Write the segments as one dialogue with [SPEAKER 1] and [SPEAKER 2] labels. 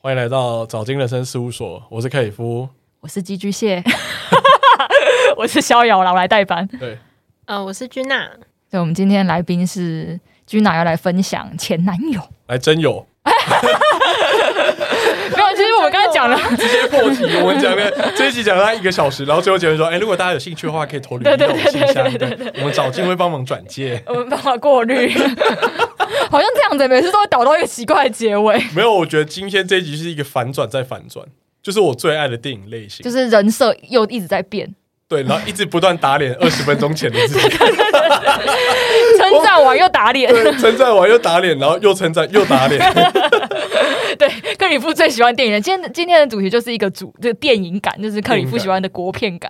[SPEAKER 1] 欢迎来到早金人生事务所，我是凯夫。
[SPEAKER 2] 我是寄居蟹， 我是逍遥啦，我来代班。
[SPEAKER 1] 对，
[SPEAKER 3] 呃，我是君娜，
[SPEAKER 2] 对，我们今天来宾是君娜，要来分享前男友。
[SPEAKER 1] 来真有
[SPEAKER 2] 没有，其实我们刚才讲了，
[SPEAKER 1] 直接破题，我们讲了这一集讲了大概一个小时，然后最后结论说，哎，如果大家有兴趣的话，可以投履历
[SPEAKER 2] 对
[SPEAKER 1] 到
[SPEAKER 2] 对
[SPEAKER 1] 我信箱，
[SPEAKER 2] 对对
[SPEAKER 1] 对，我们早金会帮忙转介。
[SPEAKER 2] 我们办法过滤， 好像这样子，每次都会导到一个奇怪的结尾，
[SPEAKER 1] 没有，我觉得今天这一集是一个反转再反转，就是我最爱的电影类型
[SPEAKER 2] 就，是人设又一直在变。
[SPEAKER 1] 对，然后一直不断打 脸二十分钟前的自己，
[SPEAKER 2] 称赞完又打脸，
[SPEAKER 1] 对，称赞完又打脸，然后又称赞又打脸，
[SPEAKER 2] 对，克里夫最喜欢电影了。今天今天的主题就是一个主，这个电影感，就是克里夫喜欢的国片感、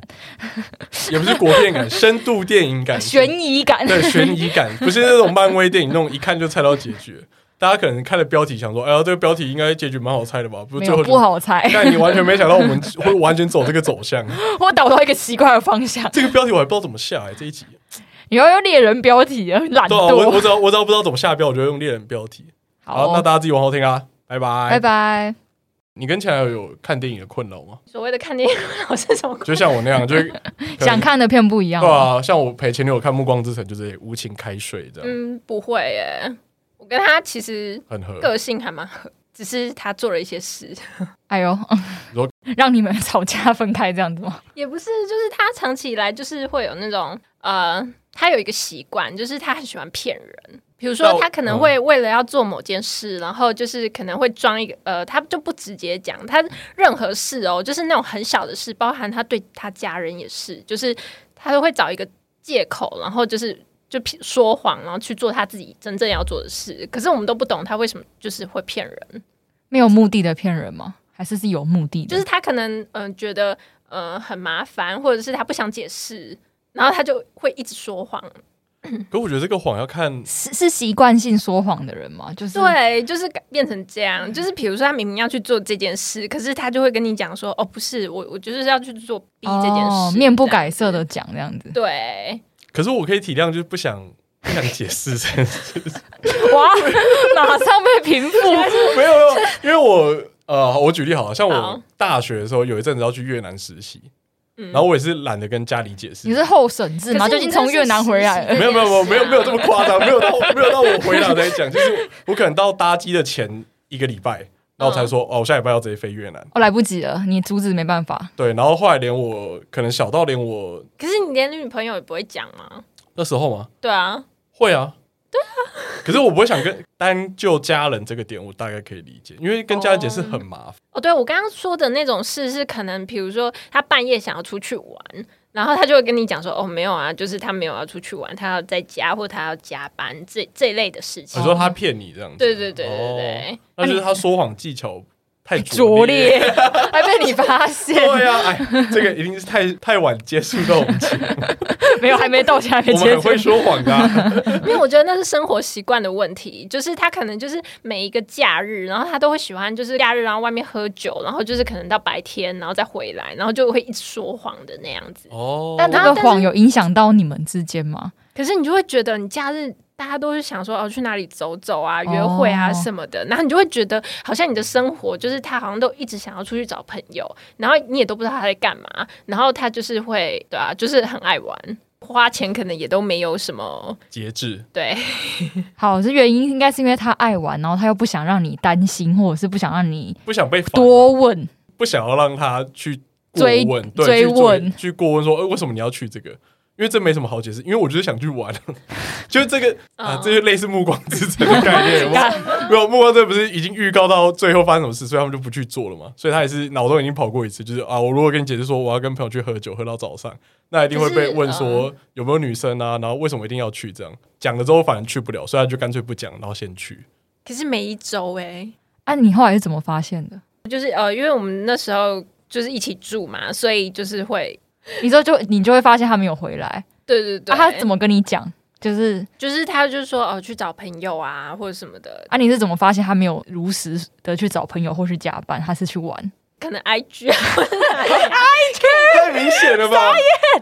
[SPEAKER 1] 也不是国片感，深度电影感，
[SPEAKER 2] 悬疑 感。
[SPEAKER 1] 对悬疑感，不是那种漫威电影那种一看就猜到结局。大家可能看了标题想说，哎呀，这个标题应该结局蛮好猜的吧？不是
[SPEAKER 2] 没
[SPEAKER 1] 最后
[SPEAKER 2] 有
[SPEAKER 1] 就
[SPEAKER 2] 不。好猜，
[SPEAKER 1] 但你完全没想到我们会完全走这个走 向。
[SPEAKER 2] 我导到一个奇怪的方向。
[SPEAKER 1] 这个标题我还不知道怎么下、哎，这一集。
[SPEAKER 2] 你要用猎人标题啊，懒
[SPEAKER 1] 对啊，我我
[SPEAKER 2] 惰。
[SPEAKER 1] 只要我只要不知道怎么下标，我就用猎人标题。好，
[SPEAKER 2] 哦
[SPEAKER 1] 那大家自己往后听啊，拜拜。
[SPEAKER 2] 拜。拜。
[SPEAKER 1] 你跟前男友有看电影的困扰吗？
[SPEAKER 3] 所谓的看电影老师什么？
[SPEAKER 1] 就像我那样，就是
[SPEAKER 2] 想看的片不一样
[SPEAKER 1] 对。啊，像我陪前女友看《暮光之城》，就是无情开水这样，
[SPEAKER 3] 嗯，不会耶，我跟他其实
[SPEAKER 1] 很合。
[SPEAKER 3] 个性还蛮合，只是他做了一些事，
[SPEAKER 2] 哎呦
[SPEAKER 1] 如，
[SPEAKER 2] 让你们吵架分开这样子吗？
[SPEAKER 3] 也不是，就是他长期以来就是会有那种呃，他有一个习惯，就是他很喜欢骗人。比如
[SPEAKER 1] 那
[SPEAKER 3] 说，嗯
[SPEAKER 1] 我嗯
[SPEAKER 3] 他可能会为了要做某件事，然后就是可能会装一个呃，他就不直接讲他任何事哦，就是那种很小的事，包含他对他家人也是，就是他都会找一个借口，然后就是就骗说谎，然后去做他自己真正要做的事。可是我们都不懂他为什么就是会骗人。
[SPEAKER 2] 没有目的的骗人吗？还是是有目的的？
[SPEAKER 3] 就是他可能嗯、呃觉得呃很麻烦，或者是他不想解释，然后他就会一直说谎。
[SPEAKER 2] 嗯
[SPEAKER 1] 可我觉得这个谎要看
[SPEAKER 2] 是是习惯性说谎的人吗？就是
[SPEAKER 3] 对，就是改变成这样。就是比如说他明明要去做这件事，可是他就会跟你讲说：“哦，不是，我我就是要去做 B 这件事。
[SPEAKER 2] 哦面不改
[SPEAKER 3] 这样
[SPEAKER 2] 色
[SPEAKER 3] 子
[SPEAKER 2] 的讲这样子。
[SPEAKER 3] 对，
[SPEAKER 1] 可是我可以体谅，就是不想不想解释这件事。
[SPEAKER 2] 哇， 马上被平复。
[SPEAKER 1] 没有，没有，因为我呃，我举例好了，像我
[SPEAKER 3] 好
[SPEAKER 1] 大学的时候有一阵子要去越南实习，
[SPEAKER 3] 嗯
[SPEAKER 1] 然后我也是懒得跟家里解释。
[SPEAKER 2] 你是后审制吗？
[SPEAKER 3] 可
[SPEAKER 2] 就是已
[SPEAKER 3] 你
[SPEAKER 2] 经从越南回来
[SPEAKER 3] 真
[SPEAKER 2] 了。
[SPEAKER 3] 的
[SPEAKER 1] 没有没有没有没有没有这么夸张，没有到没有到我回来才讲，就是我可能到搭机的前一个礼拜，然后才说、
[SPEAKER 3] 嗯
[SPEAKER 1] 哦，我下礼拜要直接飞越南。
[SPEAKER 2] 哦，来不及了，你阻止没办法。
[SPEAKER 1] 对，然后后来连我可能小到连我
[SPEAKER 3] 可是你连女朋友也不会讲吗？
[SPEAKER 1] 那时候嘛，
[SPEAKER 3] 对啊，
[SPEAKER 1] 会啊，对啊。可是我不会想跟单就家人这个点，我大概可以理解，因为跟家人解释很麻烦。
[SPEAKER 3] 哦，对我刚刚说的那种事是可能，比如说他半夜想要出去玩，然后他就会跟你讲说：“哦，没有啊，就是他没有要出去玩，他要在家或他要加班这这一类的事情。
[SPEAKER 1] 你说他骗你这样子？
[SPEAKER 3] 对对对对对
[SPEAKER 1] 哦那就是他说谎技巧太
[SPEAKER 2] 拙
[SPEAKER 1] 拙劣。
[SPEAKER 2] 劣， 还被你发 现。
[SPEAKER 1] 对呀、啊，哎，这个一定是太太晚接触到我们节目，
[SPEAKER 2] 没有，还没到，现在还没
[SPEAKER 1] 我们
[SPEAKER 2] 结
[SPEAKER 1] 很
[SPEAKER 2] 束
[SPEAKER 1] 会。说谎的啊、
[SPEAKER 3] 因为我觉得那是生活习惯的问题，就是他可能就是每一个假日，然后他都会喜欢就是假日，然后外面喝酒，然后就是可能到白天，然后再回来，然后就会一直说谎的那样子。
[SPEAKER 1] 哦
[SPEAKER 2] 但这
[SPEAKER 3] 他
[SPEAKER 2] 个谎有影响到你们之间吗？
[SPEAKER 3] 可是你就会觉得你假日。大家都是想说哦，去哪里走走啊，约会啊
[SPEAKER 2] 哦
[SPEAKER 3] 什么的，然后你就会觉得好像你的生活就是他好像都一直想要出去找朋友，然后你也都不知道他在干嘛，然后他就是会对啊，就是很爱玩，花钱可能也都没有什么
[SPEAKER 1] 节制，
[SPEAKER 3] 对，
[SPEAKER 2] 好，这原因应该是因为他爱玩，然后他又不想让你担心，或者是不想让你
[SPEAKER 1] 不想被烦
[SPEAKER 2] 多问。
[SPEAKER 1] 不想要让他去过
[SPEAKER 2] 追
[SPEAKER 1] 问，对，
[SPEAKER 2] 追
[SPEAKER 1] 去
[SPEAKER 2] 问
[SPEAKER 1] 去过问说，哎、为什么你要去这个？因为这没什么好解释，因为我就是想去玩，啊 就是这个啊，
[SPEAKER 3] 嗯
[SPEAKER 1] 这就类似《暮光之城》的概 念，有没有没有《暮光之城》不是已经预告到最后发生什么事，所以他们就不去做了嘛。所以他也是脑中已经跑过一次，就是啊，我如果跟你解释说我要跟朋友去喝酒，喝到早上，那一定会被问 说有没有女生啊，然后为什么一定要去这样？讲了之后反而去不了，所以他就干脆不讲，然后先去。
[SPEAKER 3] 可是每一周哎、
[SPEAKER 2] 啊，你后来是怎么发现的？
[SPEAKER 3] 就是呃，因为我们那时候就是一起住嘛，所以就是会，
[SPEAKER 2] 你说就你就会发现他没有回来，
[SPEAKER 3] 对对对，
[SPEAKER 2] 啊，他怎
[SPEAKER 3] 么
[SPEAKER 2] 么跟你讲？就是
[SPEAKER 3] 就是他就说哦、去找朋友啊或者什么的，
[SPEAKER 2] 啊，你是怎么发现他没有如实的去找朋友或是加班，他是去玩？
[SPEAKER 3] 可可能 IG 啊，或者是哪里
[SPEAKER 1] 太明显了吧？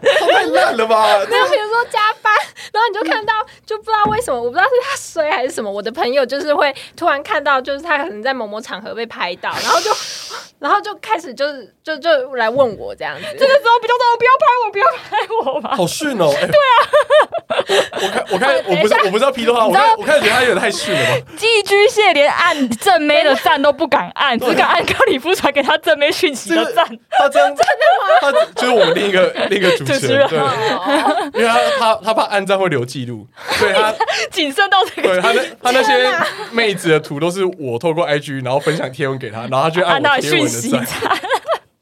[SPEAKER 1] 太烂了吧？
[SPEAKER 3] 没有，比如说加班，然后你就看到，就不知道为什么，我不知道是他衰还是什么，我的朋友就是会突然看到，就是他可能在某某场合被拍到，然后就， 然后就开始就是就就来问我这样子，
[SPEAKER 2] 这个时候不就说不要拍我，不要拍我 嘛？
[SPEAKER 1] 好逊哦！对啊，我看我看我不是我不是要批斗他，我看我看觉得他有点太逊了吧？
[SPEAKER 2] 寄居蟹连按正妹的赞都不敢按，只敢按克里夫传给他正妹讯息
[SPEAKER 1] 就
[SPEAKER 2] 的
[SPEAKER 1] 是
[SPEAKER 2] 赞。
[SPEAKER 1] 他这样真的吗？他就是我们另一个另一个主
[SPEAKER 2] 主
[SPEAKER 1] 持
[SPEAKER 2] 持
[SPEAKER 1] 人，
[SPEAKER 2] 人
[SPEAKER 1] 对，
[SPEAKER 3] 哦
[SPEAKER 1] 因为他他他怕暗赞会留记录，所以他
[SPEAKER 2] 谨慎到这
[SPEAKER 1] 对
[SPEAKER 2] 个，
[SPEAKER 1] 他那他那些妹子的图都是我透过 IG 然后分享贴文给他，然后他就按
[SPEAKER 2] 按
[SPEAKER 1] 我
[SPEAKER 2] 到
[SPEAKER 1] 贴文
[SPEAKER 2] 讯
[SPEAKER 1] 的
[SPEAKER 2] 息
[SPEAKER 1] 赞。
[SPEAKER 2] 赞，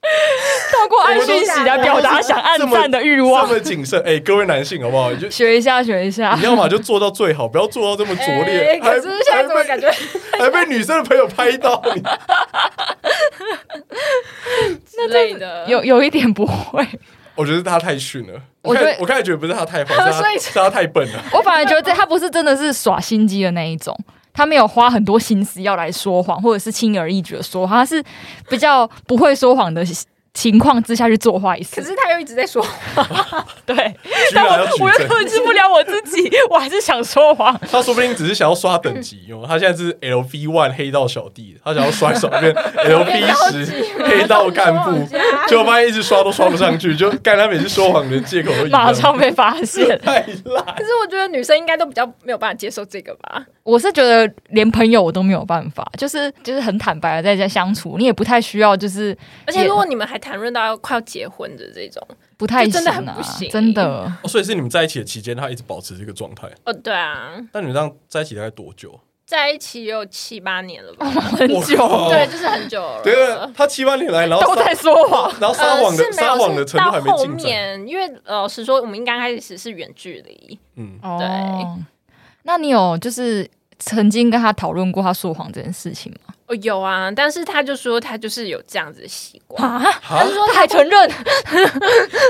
[SPEAKER 2] 透过按讯息来表达想按赞的欲
[SPEAKER 1] 这
[SPEAKER 2] 望
[SPEAKER 1] 么。谨慎，哎，各位男性好不好？你就
[SPEAKER 2] 学一下，学一下
[SPEAKER 1] 你，要嘛就做到最好，不要做到这么拙劣
[SPEAKER 3] 哎，可是现在怎么感觉？
[SPEAKER 1] 还被女生的朋友拍到你？
[SPEAKER 3] 之类的，
[SPEAKER 2] 有有一点不会。
[SPEAKER 1] 我觉得他太逊了。我
[SPEAKER 2] 我觉
[SPEAKER 1] 看
[SPEAKER 2] 得
[SPEAKER 1] 我开始觉得不是他太坏，是
[SPEAKER 3] 所
[SPEAKER 1] 他
[SPEAKER 3] 以
[SPEAKER 1] 是他太笨 了。
[SPEAKER 2] 我反而觉得这他不是真的是耍心机的那一种，他没有花很多心思要来说谎，或者是轻而易举的说谎，他是比较不会说谎的情况之下去做坏事。
[SPEAKER 3] 可是他又一直在说，
[SPEAKER 2] 对，
[SPEAKER 1] 居然
[SPEAKER 2] 但我
[SPEAKER 1] 啊要举
[SPEAKER 2] 我又
[SPEAKER 1] 证，
[SPEAKER 2] 控制不了我自己，我还是想说谎。
[SPEAKER 1] 他说不定只是想要刷等级哦。他现在是 LV One 黑道小弟，他想要刷小变 LV 十黑道干部，结果发现一直刷都刷不上去，就干他每次说谎的借口都一
[SPEAKER 2] 马
[SPEAKER 1] 样。。
[SPEAKER 2] 上被发现
[SPEAKER 1] 太烂
[SPEAKER 3] 可，是我觉得女生应该都比较没有办法接受这个吧。
[SPEAKER 2] 我是觉得连朋友我都没有办法，就是就是很坦白的在家相处，你也不太需要，就是
[SPEAKER 3] 而且如果你们还谈论到要快要结婚的这种，
[SPEAKER 2] 不太
[SPEAKER 3] 就真
[SPEAKER 2] 行
[SPEAKER 3] 的很
[SPEAKER 2] 啊
[SPEAKER 3] 不行，
[SPEAKER 2] 真的。
[SPEAKER 1] 哦所以是你们在一起的期间，他一直保持这个状态。
[SPEAKER 3] 哦，对啊，
[SPEAKER 1] 那你们这样在一起大概多久？
[SPEAKER 3] 在一起也有七八年了吧？
[SPEAKER 2] 很久
[SPEAKER 1] 我靠
[SPEAKER 3] 对，就是很久了。
[SPEAKER 1] 对啊，他七八年来，然后
[SPEAKER 2] 都
[SPEAKER 1] 撒
[SPEAKER 2] 在说谎，
[SPEAKER 1] 然后撒
[SPEAKER 3] 呃，
[SPEAKER 1] 谎的
[SPEAKER 3] 是没有
[SPEAKER 1] 撒谎的
[SPEAKER 3] 是
[SPEAKER 1] 程度
[SPEAKER 3] 到
[SPEAKER 1] 还没
[SPEAKER 3] 后
[SPEAKER 1] 进展。
[SPEAKER 3] 面，因为老实说，我们应该开始是远距离，
[SPEAKER 1] 嗯，
[SPEAKER 2] 哦，那你有就是曾经跟他讨论过他说谎这件事情吗？
[SPEAKER 3] 哦，有啊，但是他就说他就是有这样子的习惯，
[SPEAKER 2] 啊，
[SPEAKER 1] 好，
[SPEAKER 2] 说他还承认，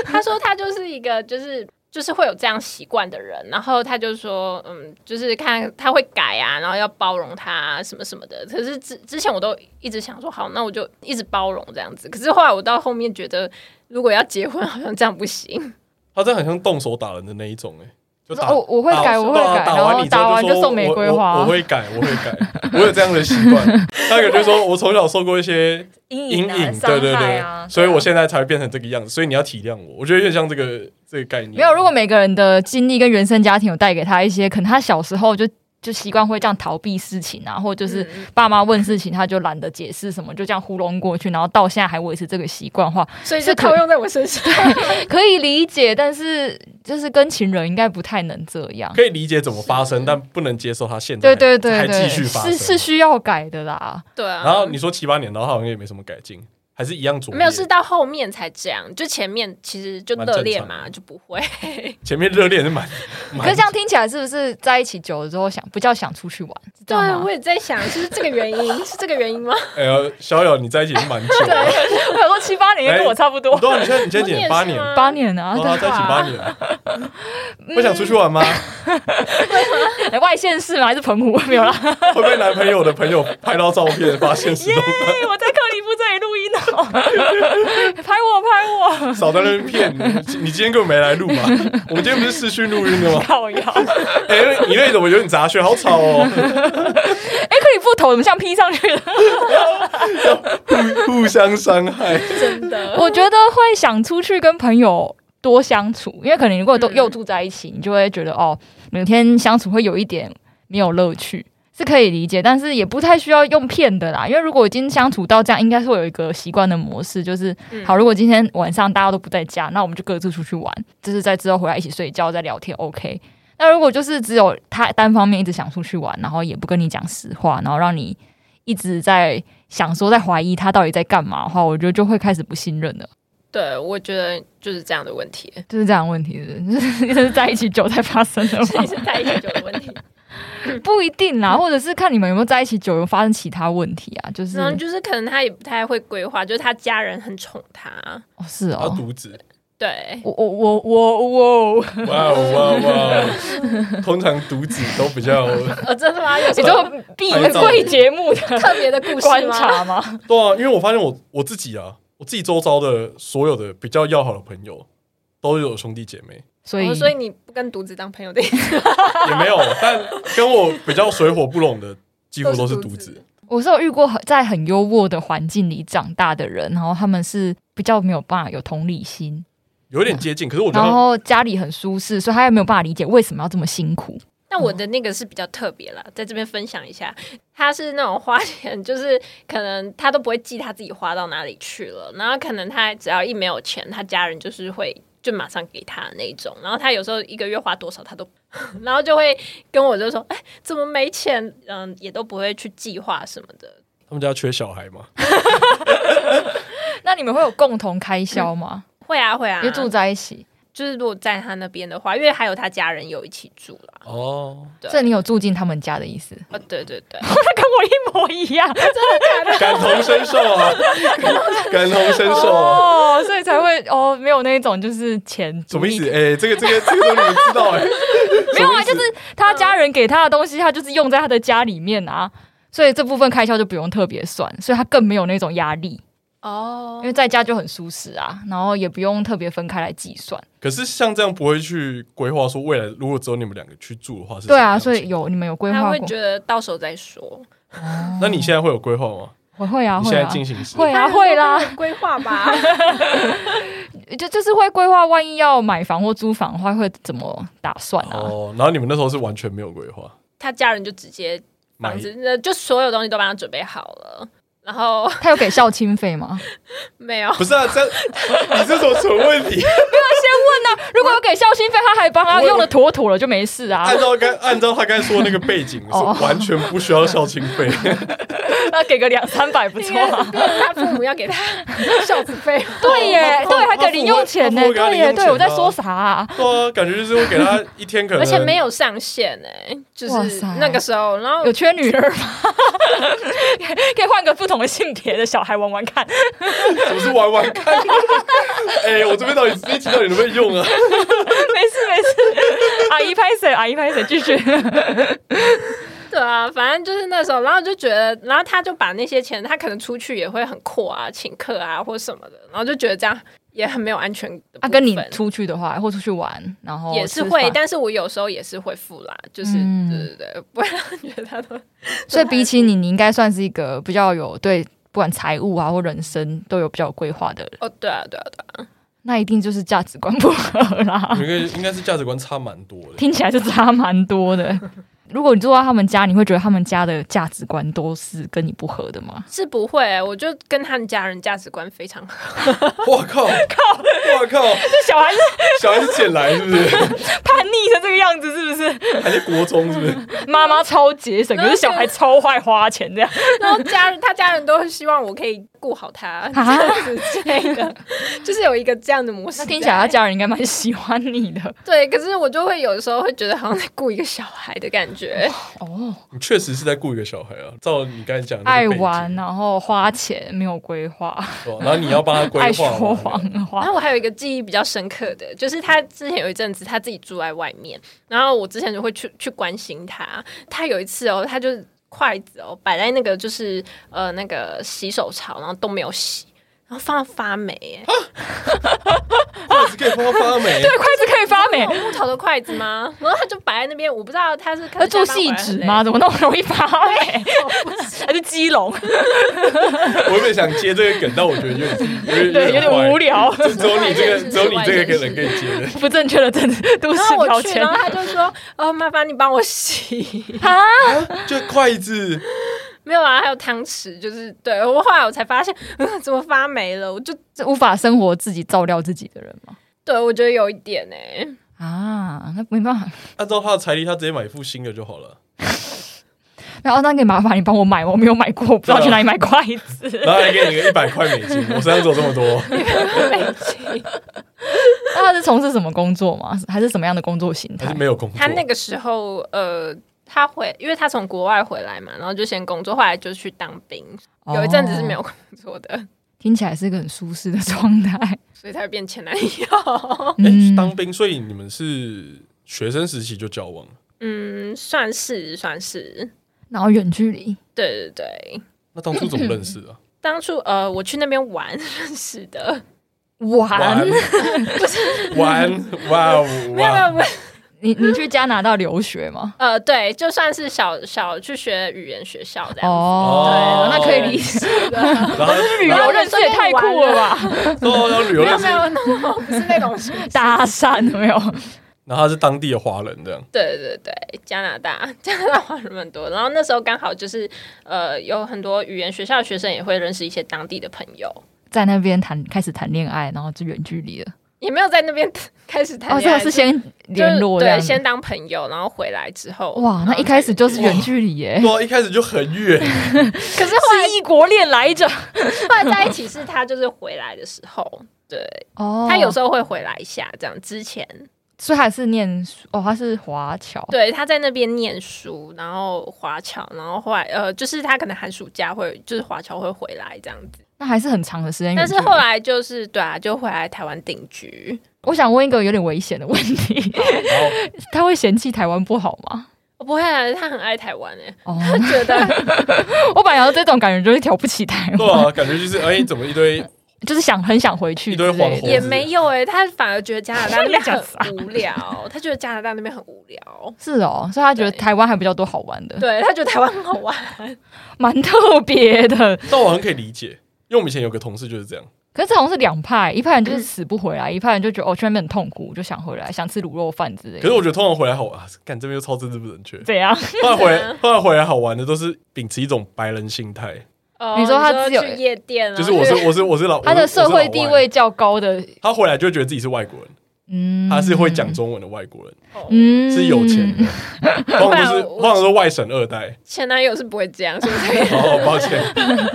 [SPEAKER 3] 他说他就是一个就是。就是会有这样习惯的人，然后他就说，嗯，就是看他会改啊，然后要包容他、啊、什么什么的。可是之之前我都一直想说，好，那我就一直包容这样子。可是后来我到后面觉得，如果要结婚，好像这样不行。
[SPEAKER 1] 他这很像动手打人的那一种哎、就打
[SPEAKER 2] 我我会改，
[SPEAKER 1] 打
[SPEAKER 2] 我会
[SPEAKER 1] 对啊
[SPEAKER 2] 改，
[SPEAKER 1] 打
[SPEAKER 2] 然后
[SPEAKER 1] 完
[SPEAKER 2] 打完
[SPEAKER 1] 你之后
[SPEAKER 2] 就
[SPEAKER 1] 就
[SPEAKER 2] 送玫瑰
[SPEAKER 1] 我我我
[SPEAKER 2] 花，
[SPEAKER 1] 会改，我会改，我有这样的习惯。他感觉说我从小受过一些
[SPEAKER 2] 阴啊
[SPEAKER 1] 阴影，啊对对啊对，所以我现在才会变成这个样子。所以你要体谅我，我觉得有点像这个这个概念。
[SPEAKER 2] 没有，如果每个人的经历跟原生家庭有带给他一些，可能他小时候就就习惯会这样逃避事情啊，或者就是
[SPEAKER 3] 嗯
[SPEAKER 2] 爸妈问事情他就懒得解释什么，就这样糊弄过去，然后到现在还维持这个习惯的话，
[SPEAKER 3] 所以就是
[SPEAKER 2] 可
[SPEAKER 3] 套用在我身上。
[SPEAKER 2] 可以理解，但是就是跟情人应该不太能这样。
[SPEAKER 1] 可以理解怎么发生，但不能接受他现在
[SPEAKER 2] 对对对
[SPEAKER 1] 还继
[SPEAKER 2] 对，
[SPEAKER 1] 续发生。
[SPEAKER 2] 是是需要改的啦。
[SPEAKER 3] 对啊，
[SPEAKER 1] 然后你说七八年，然后他好像也没什么改进，还是一样左
[SPEAKER 3] 没有，是到后面才这样，就前面其实就热恋
[SPEAKER 1] 蛮正常
[SPEAKER 3] 嘛，
[SPEAKER 1] 的
[SPEAKER 3] 就不 会。
[SPEAKER 1] 前面热恋是蛮
[SPEAKER 2] 可
[SPEAKER 1] 蛮
[SPEAKER 2] 是这样听起来是不是在一起久了之后想不叫想出去玩？是这
[SPEAKER 3] 对
[SPEAKER 2] 样
[SPEAKER 3] 啊，
[SPEAKER 2] 吗
[SPEAKER 3] 我也在想，是这个原因，是这个原因吗？
[SPEAKER 1] 哎呦，小友你在一起是蛮久的，
[SPEAKER 2] 我想说七八年跟我差不
[SPEAKER 1] 不
[SPEAKER 2] 多，
[SPEAKER 1] 对啊，你现在你现在
[SPEAKER 3] 你也
[SPEAKER 1] 减
[SPEAKER 3] 是
[SPEAKER 1] 八年，
[SPEAKER 3] 吗
[SPEAKER 2] 八年啊，
[SPEAKER 1] 哦，在一起八年了，
[SPEAKER 2] 嗯
[SPEAKER 1] 会想出去玩吗？
[SPEAKER 2] 哎外县市吗？还是澎湖 没有啦？
[SPEAKER 1] 会被男朋友的朋友拍到照片，发现是
[SPEAKER 2] 嘿我在克里夫这里录音哦，拍我拍我，
[SPEAKER 1] 少在那边骗你。你今天根本没来录嘛？我们今天不是视讯录音的吗？
[SPEAKER 2] 靠腰。
[SPEAKER 1] 哎、你那怎么有点杂讯？好吵哦！
[SPEAKER 2] 哎，克里夫头怎么像拼上去的？
[SPEAKER 1] 互互相伤害，
[SPEAKER 3] 真的，
[SPEAKER 2] 我觉得会想出去跟朋友。多相处，因为可能如果都
[SPEAKER 3] 嗯
[SPEAKER 2] 又住在一起，你就会觉得哦，每天相处会有一点没有乐趣，是可以理解，但是也不太需要用骗的啦。因为如果已经相处到这样，应该是会有一个习惯的模式，就是
[SPEAKER 3] 嗯
[SPEAKER 2] 好，如果今天晚上大家都不在家，那我们就各自出去玩，就是在之后回来一起睡觉再聊天，OK。那如果就是只有他单方面一直想出去玩，然后也不跟你讲实话，然后让你一直在想说在怀疑他到底在干嘛的话，我觉得就会开始不信任了，
[SPEAKER 3] 对，我觉得就是这样的问题，
[SPEAKER 2] 就是这样的问题是不是， 就是在一起久才发生的
[SPEAKER 3] 所
[SPEAKER 2] 吗
[SPEAKER 3] 以？ 是在一起就有问题。
[SPEAKER 2] 不一定啦，或者是看你们有没有在一起久有发生其他问题啊，就是
[SPEAKER 3] 然后就是可能他也不太会规划，就是他家人很宠他，
[SPEAKER 2] 哦是
[SPEAKER 1] 他
[SPEAKER 2] 哦，
[SPEAKER 1] 独子，
[SPEAKER 3] 对对，
[SPEAKER 2] 我我我我我，
[SPEAKER 1] 哇哦哇哦哇哦！通常独子都比较
[SPEAKER 3] 呃，真的吗？有 什
[SPEAKER 2] 你
[SPEAKER 3] 么
[SPEAKER 2] 就避贵节目的
[SPEAKER 3] 特别的故事吗
[SPEAKER 2] 观察吗？
[SPEAKER 1] 对啊，因为我发现我我自己啊，我自己周遭的所有的比较要好的朋友都有兄弟姐妹，
[SPEAKER 2] 所以
[SPEAKER 3] 哦所以你不跟独子当朋友的意思？
[SPEAKER 1] 也没有，但跟我比较水火不容的几乎都是独
[SPEAKER 3] 都是独
[SPEAKER 1] 子
[SPEAKER 3] 子。
[SPEAKER 2] 我是有遇过很在很优渥的环境里长大的人，然后他们是比较没有办法有同理心，
[SPEAKER 1] 有一点接近，可是我觉得
[SPEAKER 2] 然
[SPEAKER 1] 他们
[SPEAKER 2] 后家里很舒适，所以他也没有办法理解为什么要这么辛苦。
[SPEAKER 3] 那我的那个是比较特别啦，在这边分享一下，他是那种花钱，就是可能他都不会记他自己花到哪里去了，然后可能他只要一没有钱，他家人就是会就马上给他的那一种，然后他有时候一个月花多少他都， 然后就会跟我就说，哎，怎么没钱？嗯，也都不会去计划什么的。
[SPEAKER 1] 他们家缺小孩嘛，
[SPEAKER 2] 那你们会有共同开销吗？
[SPEAKER 3] 会啊会啊
[SPEAKER 2] 因，为住在一起，
[SPEAKER 3] 就是如果在他那边的话，因为还有他家人有一起住啦。
[SPEAKER 1] 哦，
[SPEAKER 3] 对
[SPEAKER 2] 所以你有住进他们家的意思？
[SPEAKER 3] 哦，对对对，
[SPEAKER 2] 那跟我一模一样
[SPEAKER 1] 感同身受 啊，感同身受啊，
[SPEAKER 2] 哦，所以才会哦，没有那种就是钱
[SPEAKER 1] 什么意思？哎、这个这个这个都你们知道哎、
[SPEAKER 2] 没有啊，
[SPEAKER 1] 什
[SPEAKER 2] 就
[SPEAKER 1] 么意思
[SPEAKER 2] 是他家人给他的东西，他就是用在他的家里面啊，所以这部分开销就不用特别算，所以他更没有那种压力，
[SPEAKER 3] 哦
[SPEAKER 2] 因为在家就很舒适啊，然后也不用特别分开来计算。
[SPEAKER 1] 可是像这样不会去规划说未来如果只有你们两个去住的话是
[SPEAKER 2] 对
[SPEAKER 1] 什么
[SPEAKER 2] 啊，
[SPEAKER 1] 样子
[SPEAKER 2] 所以有你们有规
[SPEAKER 3] 他
[SPEAKER 2] 划
[SPEAKER 3] 会
[SPEAKER 2] 过？
[SPEAKER 3] 觉得到时候再说。
[SPEAKER 1] 那你现在会有规划吗？
[SPEAKER 2] 我会啊，
[SPEAKER 1] 你
[SPEAKER 2] 会
[SPEAKER 1] 现在
[SPEAKER 2] 啊，
[SPEAKER 1] 进行时
[SPEAKER 2] 会啊，会啦，，
[SPEAKER 3] 规划 吧。
[SPEAKER 2] 就就是会规划，万一要买房或租房的话，会怎么打算啊？
[SPEAKER 1] 哦，然后你们那时候是完全没有规划，
[SPEAKER 3] 他家人就直接
[SPEAKER 1] 买
[SPEAKER 3] 房子，那就所有东西都帮他准备好了，然后
[SPEAKER 2] 他有给孝亲费吗？
[SPEAKER 3] 没有。
[SPEAKER 1] 不是啊，这 样你这种蠢问 题，
[SPEAKER 2] 如果有给孝心费，他还帮他用的妥妥了，就没事啊
[SPEAKER 3] 哎
[SPEAKER 1] 按。照刚按照他刚才说的那个背景，
[SPEAKER 2] 哦
[SPEAKER 1] 是完全不需要孝亲费。
[SPEAKER 2] 那给个两三百不错啊。
[SPEAKER 3] 他父母要给他孝子费，
[SPEAKER 2] 对耶，
[SPEAKER 1] 哦
[SPEAKER 2] 对，
[SPEAKER 1] 他
[SPEAKER 2] 还给零用钱呢
[SPEAKER 1] 他。付给他
[SPEAKER 2] 对
[SPEAKER 1] 零用
[SPEAKER 2] 耶，
[SPEAKER 1] 钱啊
[SPEAKER 2] 对，我在说啥啊？
[SPEAKER 1] 对啊，感觉就是会给他一天可能，
[SPEAKER 3] 而且没有上限哎、就
[SPEAKER 2] 哇
[SPEAKER 3] 是
[SPEAKER 2] 塞
[SPEAKER 3] 那个时候，然后
[SPEAKER 2] 有缺女儿吗？ 可以换个不同的性别的小孩玩玩看。
[SPEAKER 1] 总是玩玩看。 哎、我这边到底这一题到底能不能用啊？
[SPEAKER 2] 没事没 事，阿姨拍谁？阿姨拍谁？继续。
[SPEAKER 3] 对啊，反正就是那时候，然后就觉得，然后他就把那些钱，他可能出去也会很阔啊，请客啊或什么的，然后就觉得这样也很没有安全的部分。
[SPEAKER 2] 他啊跟你出去的话，或出去玩，然后
[SPEAKER 3] 也是
[SPEAKER 2] 哦吃
[SPEAKER 3] 会，
[SPEAKER 2] 饭
[SPEAKER 3] 但是我有时候也是会付啦，就是、
[SPEAKER 2] 嗯
[SPEAKER 3] 对对对，不然我觉得他都
[SPEAKER 2] 所以比起你，你应该算是一个比较有对不管财务啊或人生都有比较有规划的人。
[SPEAKER 3] 哦，对啊对啊对啊，
[SPEAKER 2] 那一定就是价值观不合啦。
[SPEAKER 1] 你们应该是价值观差蛮多的。
[SPEAKER 2] 听起来是差蛮多的。 如果你住到他们家，你会觉得他们家的价值观都是跟你不合的吗？
[SPEAKER 3] 是不会、欸我就跟他们家人价值观非常合。
[SPEAKER 1] 我靠，靠，我靠，
[SPEAKER 2] 这小孩子
[SPEAKER 1] 小孩子捡来是不是？
[SPEAKER 2] 叛逆成这个样子，是不是？
[SPEAKER 1] 还是国中是不是？
[SPEAKER 2] 妈妈超节省，可是小孩超坏花钱这样。
[SPEAKER 3] 然后家人，他家人都希望我可以顾好他，
[SPEAKER 2] 啊
[SPEAKER 3] 这样子之类的，就是有一个这样的模式
[SPEAKER 2] 那
[SPEAKER 3] 在。
[SPEAKER 2] 听起来他家人应该蛮喜欢 你的
[SPEAKER 3] 对，可是我就会有时候会觉得好像在顾一个小孩的感 觉。
[SPEAKER 2] 哦，
[SPEAKER 1] 你确实是在雇一个小孩啊，照你刚才讲的那
[SPEAKER 2] 爱
[SPEAKER 1] 个背景
[SPEAKER 2] 玩，，然后花钱没有规划，
[SPEAKER 1] 对吧然后你要帮他规
[SPEAKER 2] 爱
[SPEAKER 1] 划
[SPEAKER 2] 说
[SPEAKER 1] 嘛。
[SPEAKER 2] 谎的
[SPEAKER 3] 然
[SPEAKER 2] 话，
[SPEAKER 3] 后我还有一个记忆比较深刻的，就是他之前有一阵子他自己住在外面，然后我之前就会去去关心他。他有一次哦，他就是筷子哦摆在那个就是呃那个洗手槽，然后都没有洗，然后放到发霉耶。
[SPEAKER 2] 哦
[SPEAKER 1] 筷子可以帮他发霉，
[SPEAKER 2] 哎对，筷子可以发霉
[SPEAKER 3] 有。 木头的筷子吗？然后他就摆在那边，我不知道他是
[SPEAKER 2] 那呃做细致吗？？怎么那么容易发霉？ 还是基隆？
[SPEAKER 1] 我本想接这个梗，但我觉得有点有
[SPEAKER 2] 对，有点无
[SPEAKER 1] 聊。
[SPEAKER 2] 聊，
[SPEAKER 1] 就只有你这 个，
[SPEAKER 3] 是
[SPEAKER 1] 只有你这个可能
[SPEAKER 3] 是
[SPEAKER 1] 可以接的。
[SPEAKER 2] 不正确的政都市
[SPEAKER 3] 然后
[SPEAKER 2] 标
[SPEAKER 3] 我去，
[SPEAKER 2] 签
[SPEAKER 3] 然后他就说：“哦，麻烦你帮我洗。
[SPEAKER 2] 啊！
[SPEAKER 1] 就筷子，”
[SPEAKER 3] 没有啊，还有汤匙，就是对我后来我才发现， 嗯，怎么发霉了？我就是
[SPEAKER 2] 无法生活自己照料自己的人吗？
[SPEAKER 3] 对我觉得有一点哎、
[SPEAKER 2] 啊，那没办法，
[SPEAKER 1] 按照他的财力，他直接买一副新的就好了。
[SPEAKER 2] 然后那可以麻烦你帮我买，我没有买过，我不知
[SPEAKER 3] 啊
[SPEAKER 2] 道去哪里买筷子。
[SPEAKER 1] 然后还给你个一百块美金，我身上只有这么多。
[SPEAKER 3] 美肌
[SPEAKER 2] 那他是从事什么工作吗？还是什么样的工作形
[SPEAKER 1] 还
[SPEAKER 2] 态
[SPEAKER 1] 是？没有工作。
[SPEAKER 3] 他那个时候呃。他回，因为他从国外回来嘛，然后就先工作，后来就去当兵，有一阵子是没
[SPEAKER 2] 哦。
[SPEAKER 3] 有工作的。
[SPEAKER 2] 听起来是一个很舒适的状态。
[SPEAKER 3] 所以才会变前男友。
[SPEAKER 1] 哎、
[SPEAKER 2] 嗯，
[SPEAKER 1] 当兵，所以你们是学生时期就交往了，
[SPEAKER 3] 嗯，算是算是，
[SPEAKER 2] 然后远距 离，
[SPEAKER 3] 对对对。
[SPEAKER 1] 那当初怎么认识的、啊？
[SPEAKER 3] 当初呃，我去那边玩 认识的，
[SPEAKER 2] 嗯玩
[SPEAKER 1] 玩玩哇哦
[SPEAKER 3] 没有没
[SPEAKER 1] 哇
[SPEAKER 3] 有
[SPEAKER 1] 哦！
[SPEAKER 3] 没有，
[SPEAKER 2] 你你去加拿大留学吗？
[SPEAKER 3] 呃，对，就算是小小去学语言学校这样子。
[SPEAKER 2] 哦
[SPEAKER 1] 哦，
[SPEAKER 2] 那可以理解。
[SPEAKER 1] 然后
[SPEAKER 2] 旅游认识也太酷了吧！
[SPEAKER 1] 哦，然后旅游
[SPEAKER 3] 没有
[SPEAKER 1] 认识
[SPEAKER 3] 没，有，那哦我不是那种，
[SPEAKER 2] 搭讪有没有？
[SPEAKER 1] 然后他是当地的华人这样。
[SPEAKER 3] 对对对，加拿大 加拿大华人蛮多，然后那时候刚好就是呃，有很多语言学校的学生也会认识一些当地的朋友，
[SPEAKER 2] 在那边谈开始谈恋爱，然后就远距离了。
[SPEAKER 3] 也没有在那边 开始谈
[SPEAKER 2] 哦，
[SPEAKER 3] 恋
[SPEAKER 2] 这
[SPEAKER 3] 爱，
[SPEAKER 2] 个是先联络
[SPEAKER 3] 就
[SPEAKER 2] 这样
[SPEAKER 3] 对，
[SPEAKER 2] 子
[SPEAKER 3] 先当朋友，然后回来之后，
[SPEAKER 2] 哇，那一开始就是远距离耶，
[SPEAKER 1] 对啊，一开始就很远，
[SPEAKER 3] 可是后 来
[SPEAKER 2] 是异国恋来着。
[SPEAKER 3] 后来在一起是他就是回来的时候，对
[SPEAKER 2] 哦，
[SPEAKER 3] 他有时候会回来一下，这样之前
[SPEAKER 2] 所以还是念书哦，他是华侨，
[SPEAKER 3] 对他在那边念书，然后华侨，然后后来呃，就是他可能寒暑假会就是华侨会回来这样子，
[SPEAKER 2] 那还是很长的时间。
[SPEAKER 3] 但是后，来就是对啊，就回来台湾定居。
[SPEAKER 2] 我想问一个有点危险的问题，
[SPEAKER 1] 然后
[SPEAKER 2] 他会嫌弃台湾不好吗？
[SPEAKER 3] 我不会啊，他很爱台湾诶、
[SPEAKER 2] 哦，
[SPEAKER 3] 他觉得
[SPEAKER 2] 我本来要这种感觉就是瞧不起台
[SPEAKER 1] 对
[SPEAKER 2] 湾，
[SPEAKER 1] 啊，感觉就是哎，怎么一堆
[SPEAKER 2] 就是想很想回去
[SPEAKER 1] 一堆
[SPEAKER 2] 之类
[SPEAKER 1] 黄
[SPEAKER 2] 的
[SPEAKER 1] 猴
[SPEAKER 3] 也没有诶、他反而觉得加拿大 那边
[SPEAKER 2] 你在讲啥
[SPEAKER 3] 很无聊，他觉得加拿大那边很无聊，
[SPEAKER 2] 是哦，所以他觉得
[SPEAKER 3] 对
[SPEAKER 2] 台湾还比较多好玩的，
[SPEAKER 3] 对他觉得台湾很好 玩，
[SPEAKER 2] 蛮特别 的。
[SPEAKER 1] 但我很可以理解，因为我们以前有个同事就是这样，
[SPEAKER 2] 可是这好像是两派，一派人就是死不回来，一派人就觉得哦去那边很痛苦，就想回来，想吃卤肉饭之类的。
[SPEAKER 1] 可是我觉得通常回来好啊，干这边又超政治不正 确，
[SPEAKER 2] 怎样？
[SPEAKER 1] 后来回后来回来好玩的都是秉持一种白人心态，
[SPEAKER 3] 哦
[SPEAKER 2] 你说他只有
[SPEAKER 3] 去夜店啊，
[SPEAKER 1] 就是我是我是我是老
[SPEAKER 2] 他的
[SPEAKER 1] 我是
[SPEAKER 2] 社会地，
[SPEAKER 1] 我是老
[SPEAKER 2] 位
[SPEAKER 1] 外
[SPEAKER 2] 较高的，
[SPEAKER 1] 他回来就会觉得自己是外国人，
[SPEAKER 2] 嗯，
[SPEAKER 1] 他是会讲，中文的外国人，
[SPEAKER 3] 哦
[SPEAKER 2] 嗯
[SPEAKER 1] 是有钱的， 通常都是
[SPEAKER 3] 不然我
[SPEAKER 1] 通常都是外省二代。
[SPEAKER 3] 前男友是不会这样，是不是？
[SPEAKER 1] 哦，抱歉，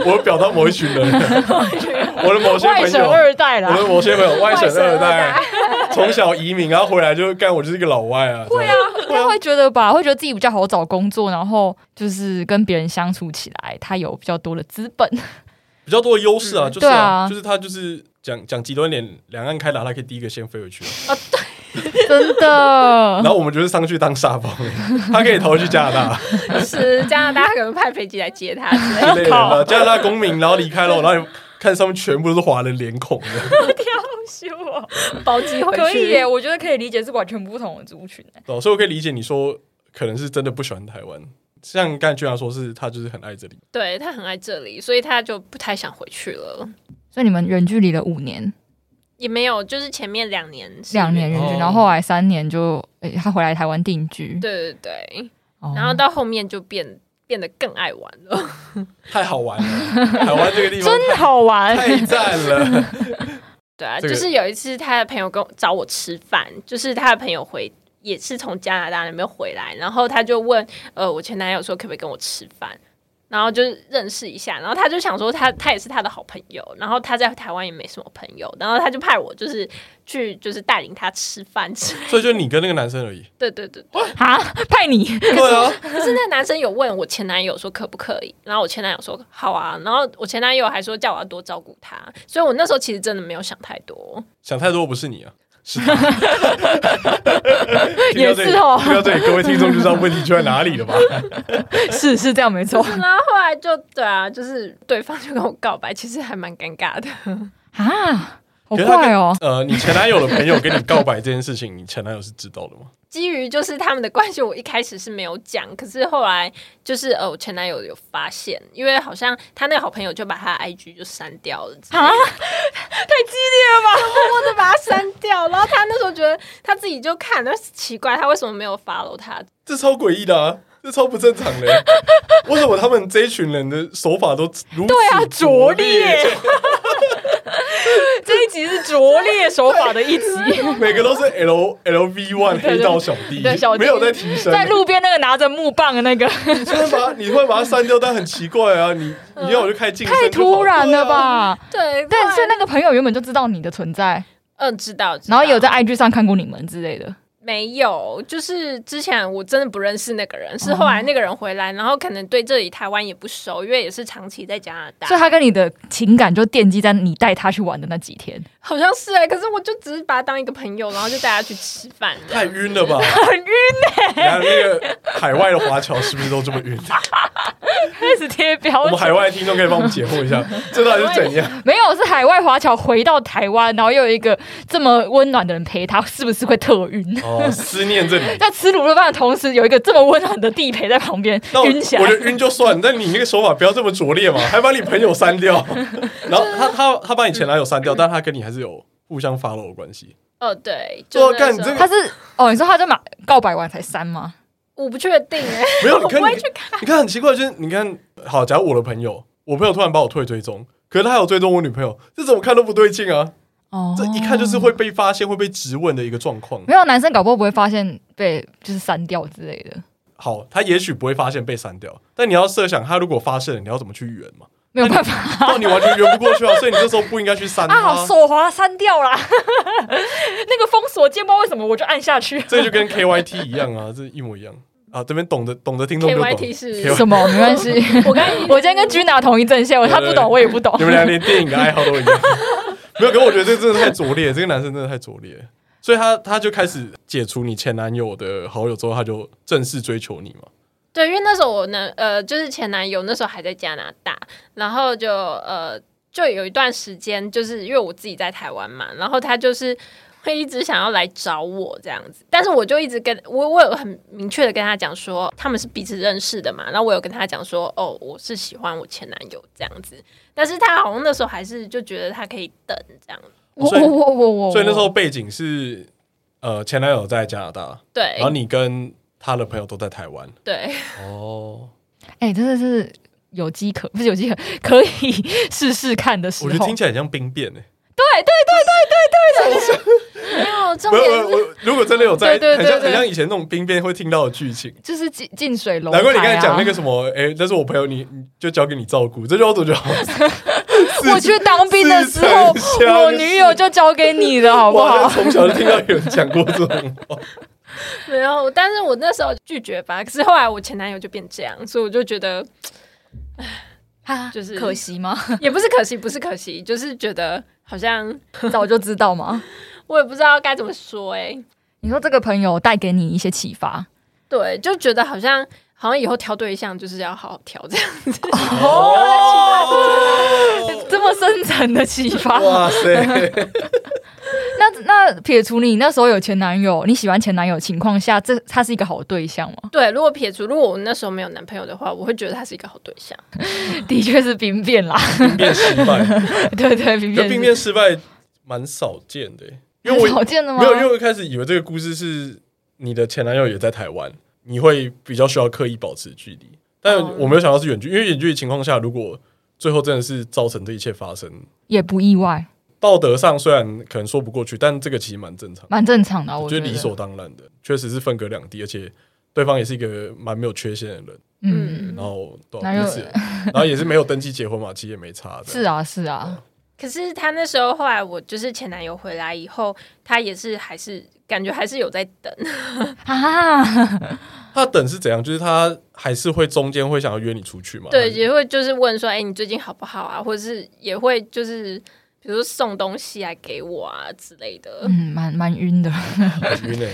[SPEAKER 1] 我表到某一群人，我的某些
[SPEAKER 2] 外
[SPEAKER 1] 朋
[SPEAKER 2] 省
[SPEAKER 1] 友，
[SPEAKER 2] 二代
[SPEAKER 1] 我
[SPEAKER 2] 啦
[SPEAKER 1] 的。某些朋友外省二代
[SPEAKER 3] 外，
[SPEAKER 1] 从小移民，然后回来就干，我就是一个老外啊。会啊，
[SPEAKER 2] 应该会觉得吧，会觉得自己比较好找工作，然后就是跟别人相处起来，他有比较多的资本。
[SPEAKER 1] 比较多的优势啊，就是
[SPEAKER 2] 对啊
[SPEAKER 1] 就是他就是讲讲极端点，两岸开打，他可以第一个先飞回去，啊
[SPEAKER 2] 真
[SPEAKER 1] 然
[SPEAKER 2] 的，
[SPEAKER 1] 后我们就是上去当沙包，他可以逃去加拿大
[SPEAKER 2] 哦
[SPEAKER 3] 是加拿大可能派飞机来接他之类的。
[SPEAKER 1] 之类的 嘛，加拿大公民，然后离开了，然后你看上面全部都是华人脸孔的，
[SPEAKER 3] 包机回去。
[SPEAKER 2] 可以耶，我觉得可以理解是完全不同的族群欸耶。
[SPEAKER 1] 哦所以我可以理解你说，可能是真的不喜欢台湾。像刚才居然说是他就是很爱这里，
[SPEAKER 3] 对他很爱这里，所以他就不太想回去了。
[SPEAKER 2] 所以你们远距离了五年，
[SPEAKER 3] 也没有，就是前面两年是
[SPEAKER 2] 两年远距，
[SPEAKER 1] 哦
[SPEAKER 2] 然后后来三年就，诶、他回来台湾定居，
[SPEAKER 3] 对对对，
[SPEAKER 2] 哦
[SPEAKER 3] 然后到后面就变变得更爱玩了。
[SPEAKER 1] 太好玩了，台湾这个地方
[SPEAKER 2] 真好玩，
[SPEAKER 1] 太 太赞了。
[SPEAKER 3] 对啊，
[SPEAKER 1] 这
[SPEAKER 3] 就
[SPEAKER 1] 个
[SPEAKER 3] 是有一次他的朋友跟我找我吃饭，就是他的朋友回。也是从加拿大那边回来，然后他就问，呃，我前男友说可不可以跟我吃饭，然后就是认识一下，然后他就想说他他也是他的好朋友，然后他在台湾也没什么朋友，然后他就派我就是去就是带领他吃饭吃，
[SPEAKER 1] 所以就你跟那个男生而已，
[SPEAKER 3] 对对对
[SPEAKER 2] 啊，派你
[SPEAKER 1] 对啊，
[SPEAKER 3] 可是那男生有问我前男友说可不可以，然后我前男友说好啊，然后我前男友还说叫我要多照顾他，所以我那时候其实真的没有想太多。
[SPEAKER 1] 想太多不是你啊，是他。
[SPEAKER 2] 也是哦
[SPEAKER 1] 听到这里，各位听众就知道问题出在哪里了吧？
[SPEAKER 2] 是是这样没错
[SPEAKER 3] 然后后来就对啊，就是对方就跟我告白，其实还蛮尴尬的。
[SPEAKER 2] 啊，好
[SPEAKER 1] 可是他跟
[SPEAKER 2] 快哦，
[SPEAKER 1] 呃，你前男友的朋友跟你告白这件事情，你前男友是知道的吗？
[SPEAKER 3] 基于就是他们的关系，我一开始是没有讲，可是后来就是呃，我前男友有发现，因为好像他那个好朋友就把他的 IG 就删掉了，
[SPEAKER 2] 啊，
[SPEAKER 3] 默默的把他删掉。然后他那时候觉得他自己就看，那奇怪他为什么没有 follow 他
[SPEAKER 1] 这超诡异的啊！这超不正常的，欸为什么他们这一群人的手法都如此
[SPEAKER 2] 对啊，
[SPEAKER 1] 拙
[SPEAKER 2] 拙劣？。 这一集是拙劣手法的一集，
[SPEAKER 1] 每个都是 L L V One 黑
[SPEAKER 2] 对
[SPEAKER 1] 道小弟
[SPEAKER 2] 对小，弟
[SPEAKER 1] 没有在提升，
[SPEAKER 2] 在路边那个拿着木棒的那 个，
[SPEAKER 1] 你突然把你会把它删掉，但很奇怪啊！你你要我就开晋升就好，
[SPEAKER 2] 太突然
[SPEAKER 1] 对
[SPEAKER 2] 了
[SPEAKER 1] 啊？
[SPEAKER 2] 吧？
[SPEAKER 3] 对，
[SPEAKER 2] 但
[SPEAKER 3] 是
[SPEAKER 2] 是那个朋友原本就知道你的存在，
[SPEAKER 3] 嗯，知道，知道
[SPEAKER 2] 然后有在 IG 上看过你们之类的，
[SPEAKER 3] 没没有，就是之前我真的不认识那个人，
[SPEAKER 2] 哦
[SPEAKER 3] 是后来那个人回来，然后可能对这里台湾也不熟，因为也是长期在加拿大
[SPEAKER 2] 所，以他跟你的情感就奠基在你带他去玩的那几 天。
[SPEAKER 3] 好像是哎、可是我就只是把他当一个朋友，然后就带他去吃饭这样。
[SPEAKER 1] 太晕了吧？很晕哎、那个海外的华侨是不是都这么 晕？
[SPEAKER 2] 开始贴标
[SPEAKER 1] 我们海外的听众可以帮我们解惑 一下，这到底是怎样？
[SPEAKER 2] 没有，是海外华侨回到台湾，然后又有一个这么温暖的人陪他，是不是会特晕？
[SPEAKER 1] 哦，思念这里。
[SPEAKER 2] 在吃卤肉饭的同时，有一个这么温暖的地陪在旁边
[SPEAKER 1] 那，我
[SPEAKER 2] 晕起来
[SPEAKER 1] 我觉。得晕就算，但你那个手法不要这么拙劣嘛，还把你朋友删 掉，然后他他他把你前男友删掉，但他跟你还是有互相 follow 的关系。
[SPEAKER 3] 哦，对，
[SPEAKER 1] 哇
[SPEAKER 3] 就那
[SPEAKER 1] 干
[SPEAKER 3] 时
[SPEAKER 1] 你这
[SPEAKER 3] 候
[SPEAKER 1] 个
[SPEAKER 2] 他是哦，你说他在马告白完才删吗？
[SPEAKER 3] 我不确定哎、
[SPEAKER 1] 没有，你看
[SPEAKER 3] 我不会
[SPEAKER 1] 你你看很奇怪，就是你看，好，假如我的朋友，我朋友突然把我退追踪，可是他有追踪我女朋友，这怎么看都不对劲啊！
[SPEAKER 2] 哦，
[SPEAKER 1] 这一看就是会被发现、会被质问的一个状况。
[SPEAKER 2] 没有男生搞不好不会发现被就是删掉之类的，
[SPEAKER 1] 好，他也许不会发现被删掉，但你要设想，他如果发现了，你要怎么去圆嘛？
[SPEAKER 2] 没有办法
[SPEAKER 1] 那你完全圆不过去啊！所以你这时候不应该去删
[SPEAKER 2] 啊，
[SPEAKER 1] 他。
[SPEAKER 2] 好手滑删掉啦， 那个封锁键不知道为什么我就按下去。
[SPEAKER 1] 这就跟 KYT 一样啊，这一模一样啊。这边懂的懂的听众就懂。
[SPEAKER 3] KYT 是
[SPEAKER 1] KYT
[SPEAKER 2] 什么？没 关系，
[SPEAKER 3] 我刚才
[SPEAKER 2] 我今天跟 Gina 同一阵线，我他不懂，我也不懂
[SPEAKER 1] 你。们俩连电影的爱好都一 样。没有，可是我觉得这真的太拙劣，这个男生真的太拙劣。所以他他就开始解除你前男友的好友之后，他就正式追求你嘛。
[SPEAKER 3] 对，因为那时候我呢，呃，就是前男友那时候还在加拿大，然后就呃，就有一段时间，就是因为我自己在台湾嘛，然后他就是会一直想要来找我这样子，但是我就一直跟我我有很明确的跟他讲说，他们是彼此认识的嘛，然后我有跟他讲说，哦，我是喜欢我前男友这样子，但是他好像那时候还是就觉得他可以等这样，
[SPEAKER 2] 我
[SPEAKER 1] 所以
[SPEAKER 2] 我我我我，
[SPEAKER 1] 所以那时候背景是，呃，前男友在加拿大，
[SPEAKER 3] 对
[SPEAKER 2] 哎
[SPEAKER 1] 然后你跟他的朋友都在台湾。
[SPEAKER 3] 对，
[SPEAKER 1] 哦，
[SPEAKER 2] 哎，真的是有机可不是有机可可以试试看的时
[SPEAKER 1] 我觉得
[SPEAKER 2] 候
[SPEAKER 1] 听。起来很像兵变诶、欸
[SPEAKER 3] 没 有重
[SPEAKER 1] 不
[SPEAKER 3] 点
[SPEAKER 1] 不
[SPEAKER 3] 是
[SPEAKER 1] 不，如果真的有在，
[SPEAKER 2] 对对
[SPEAKER 1] 很像
[SPEAKER 2] 对对
[SPEAKER 1] 很像以前那种兵变会听到的剧情。
[SPEAKER 2] 就是近近水楼、啊，
[SPEAKER 1] 难怪你刚才讲那个，什么，哎、但是我朋友你你就交给你照顾，这句话我觉得好。
[SPEAKER 2] 我去当兵的时候
[SPEAKER 1] 似曾相，识
[SPEAKER 2] 我女友就交给你了，好不
[SPEAKER 1] 我好像
[SPEAKER 2] 好？
[SPEAKER 1] 从小就听到有人讲过这种 话，
[SPEAKER 3] 没有，但是我那时候拒绝吧，可是后来我前男友就变这样，所以我就觉得。
[SPEAKER 2] 啊
[SPEAKER 3] 就是
[SPEAKER 2] 可惜吗？
[SPEAKER 3] 也不是可惜，不是可惜，就是觉得好像
[SPEAKER 2] 早就知道 吗？
[SPEAKER 3] 我也不知道该怎么说哎、
[SPEAKER 2] 你说这个朋友带给你一些启 发，
[SPEAKER 3] 对，就觉得好像好像以后挑对象就是要好好挑这样子，
[SPEAKER 1] 哦，
[SPEAKER 2] 这么深层的启发，
[SPEAKER 1] 哇塞，
[SPEAKER 2] 那那撇除你那时候有前男友，你喜欢前男友的情况下，这他是一个好对象吗？
[SPEAKER 3] 对，如果撇除如果我那时候没有男朋友的话，我会觉得他是一个好对象。
[SPEAKER 2] 的确是兵变啦，
[SPEAKER 1] 兵变失败，
[SPEAKER 2] 对对，
[SPEAKER 1] 可
[SPEAKER 2] 兵变是
[SPEAKER 1] 兵变失败蛮少见的，欸因为
[SPEAKER 2] 很少
[SPEAKER 1] 我
[SPEAKER 2] 见的吗？
[SPEAKER 1] 没有，因为我一开始以为这个故事是你的前男友也在台湾，你会比较需要刻意保持距离，但
[SPEAKER 3] 哦
[SPEAKER 1] 我没有想到是远距，因为远距离情况下，如果最后真的是造成这一切发生，
[SPEAKER 2] 也不意外，
[SPEAKER 1] 道德上虽然可能说不过去，但这个其实蛮正常的。
[SPEAKER 2] 蛮正常的啊，
[SPEAKER 1] 我
[SPEAKER 2] 我
[SPEAKER 1] 觉
[SPEAKER 2] 觉
[SPEAKER 1] 得
[SPEAKER 2] 得
[SPEAKER 1] 理所当然的，确实是分隔两地，而且对方也是一个蛮没有缺陷的人，
[SPEAKER 2] 嗯，
[SPEAKER 3] 嗯
[SPEAKER 1] 然后对
[SPEAKER 2] 哪有
[SPEAKER 1] 啊彼此，然后也是没有登记结婚嘛，其实也没差的。
[SPEAKER 2] 是啊是啊，
[SPEAKER 3] 可是他那时候后来我就是前男友回来以后，他也是还是感觉还是有在等，
[SPEAKER 1] 嗯
[SPEAKER 2] 啊，
[SPEAKER 1] 他等是怎样？就是他还是会中间会想要约你出去嘛？
[SPEAKER 3] 对，
[SPEAKER 1] 还是
[SPEAKER 3] 也会就是问说，哎、你最近好不好啊？或者是也会就是比如说送东西来给我啊之类的。
[SPEAKER 2] 嗯，蛮蛮晕 的，
[SPEAKER 1] 很晕欸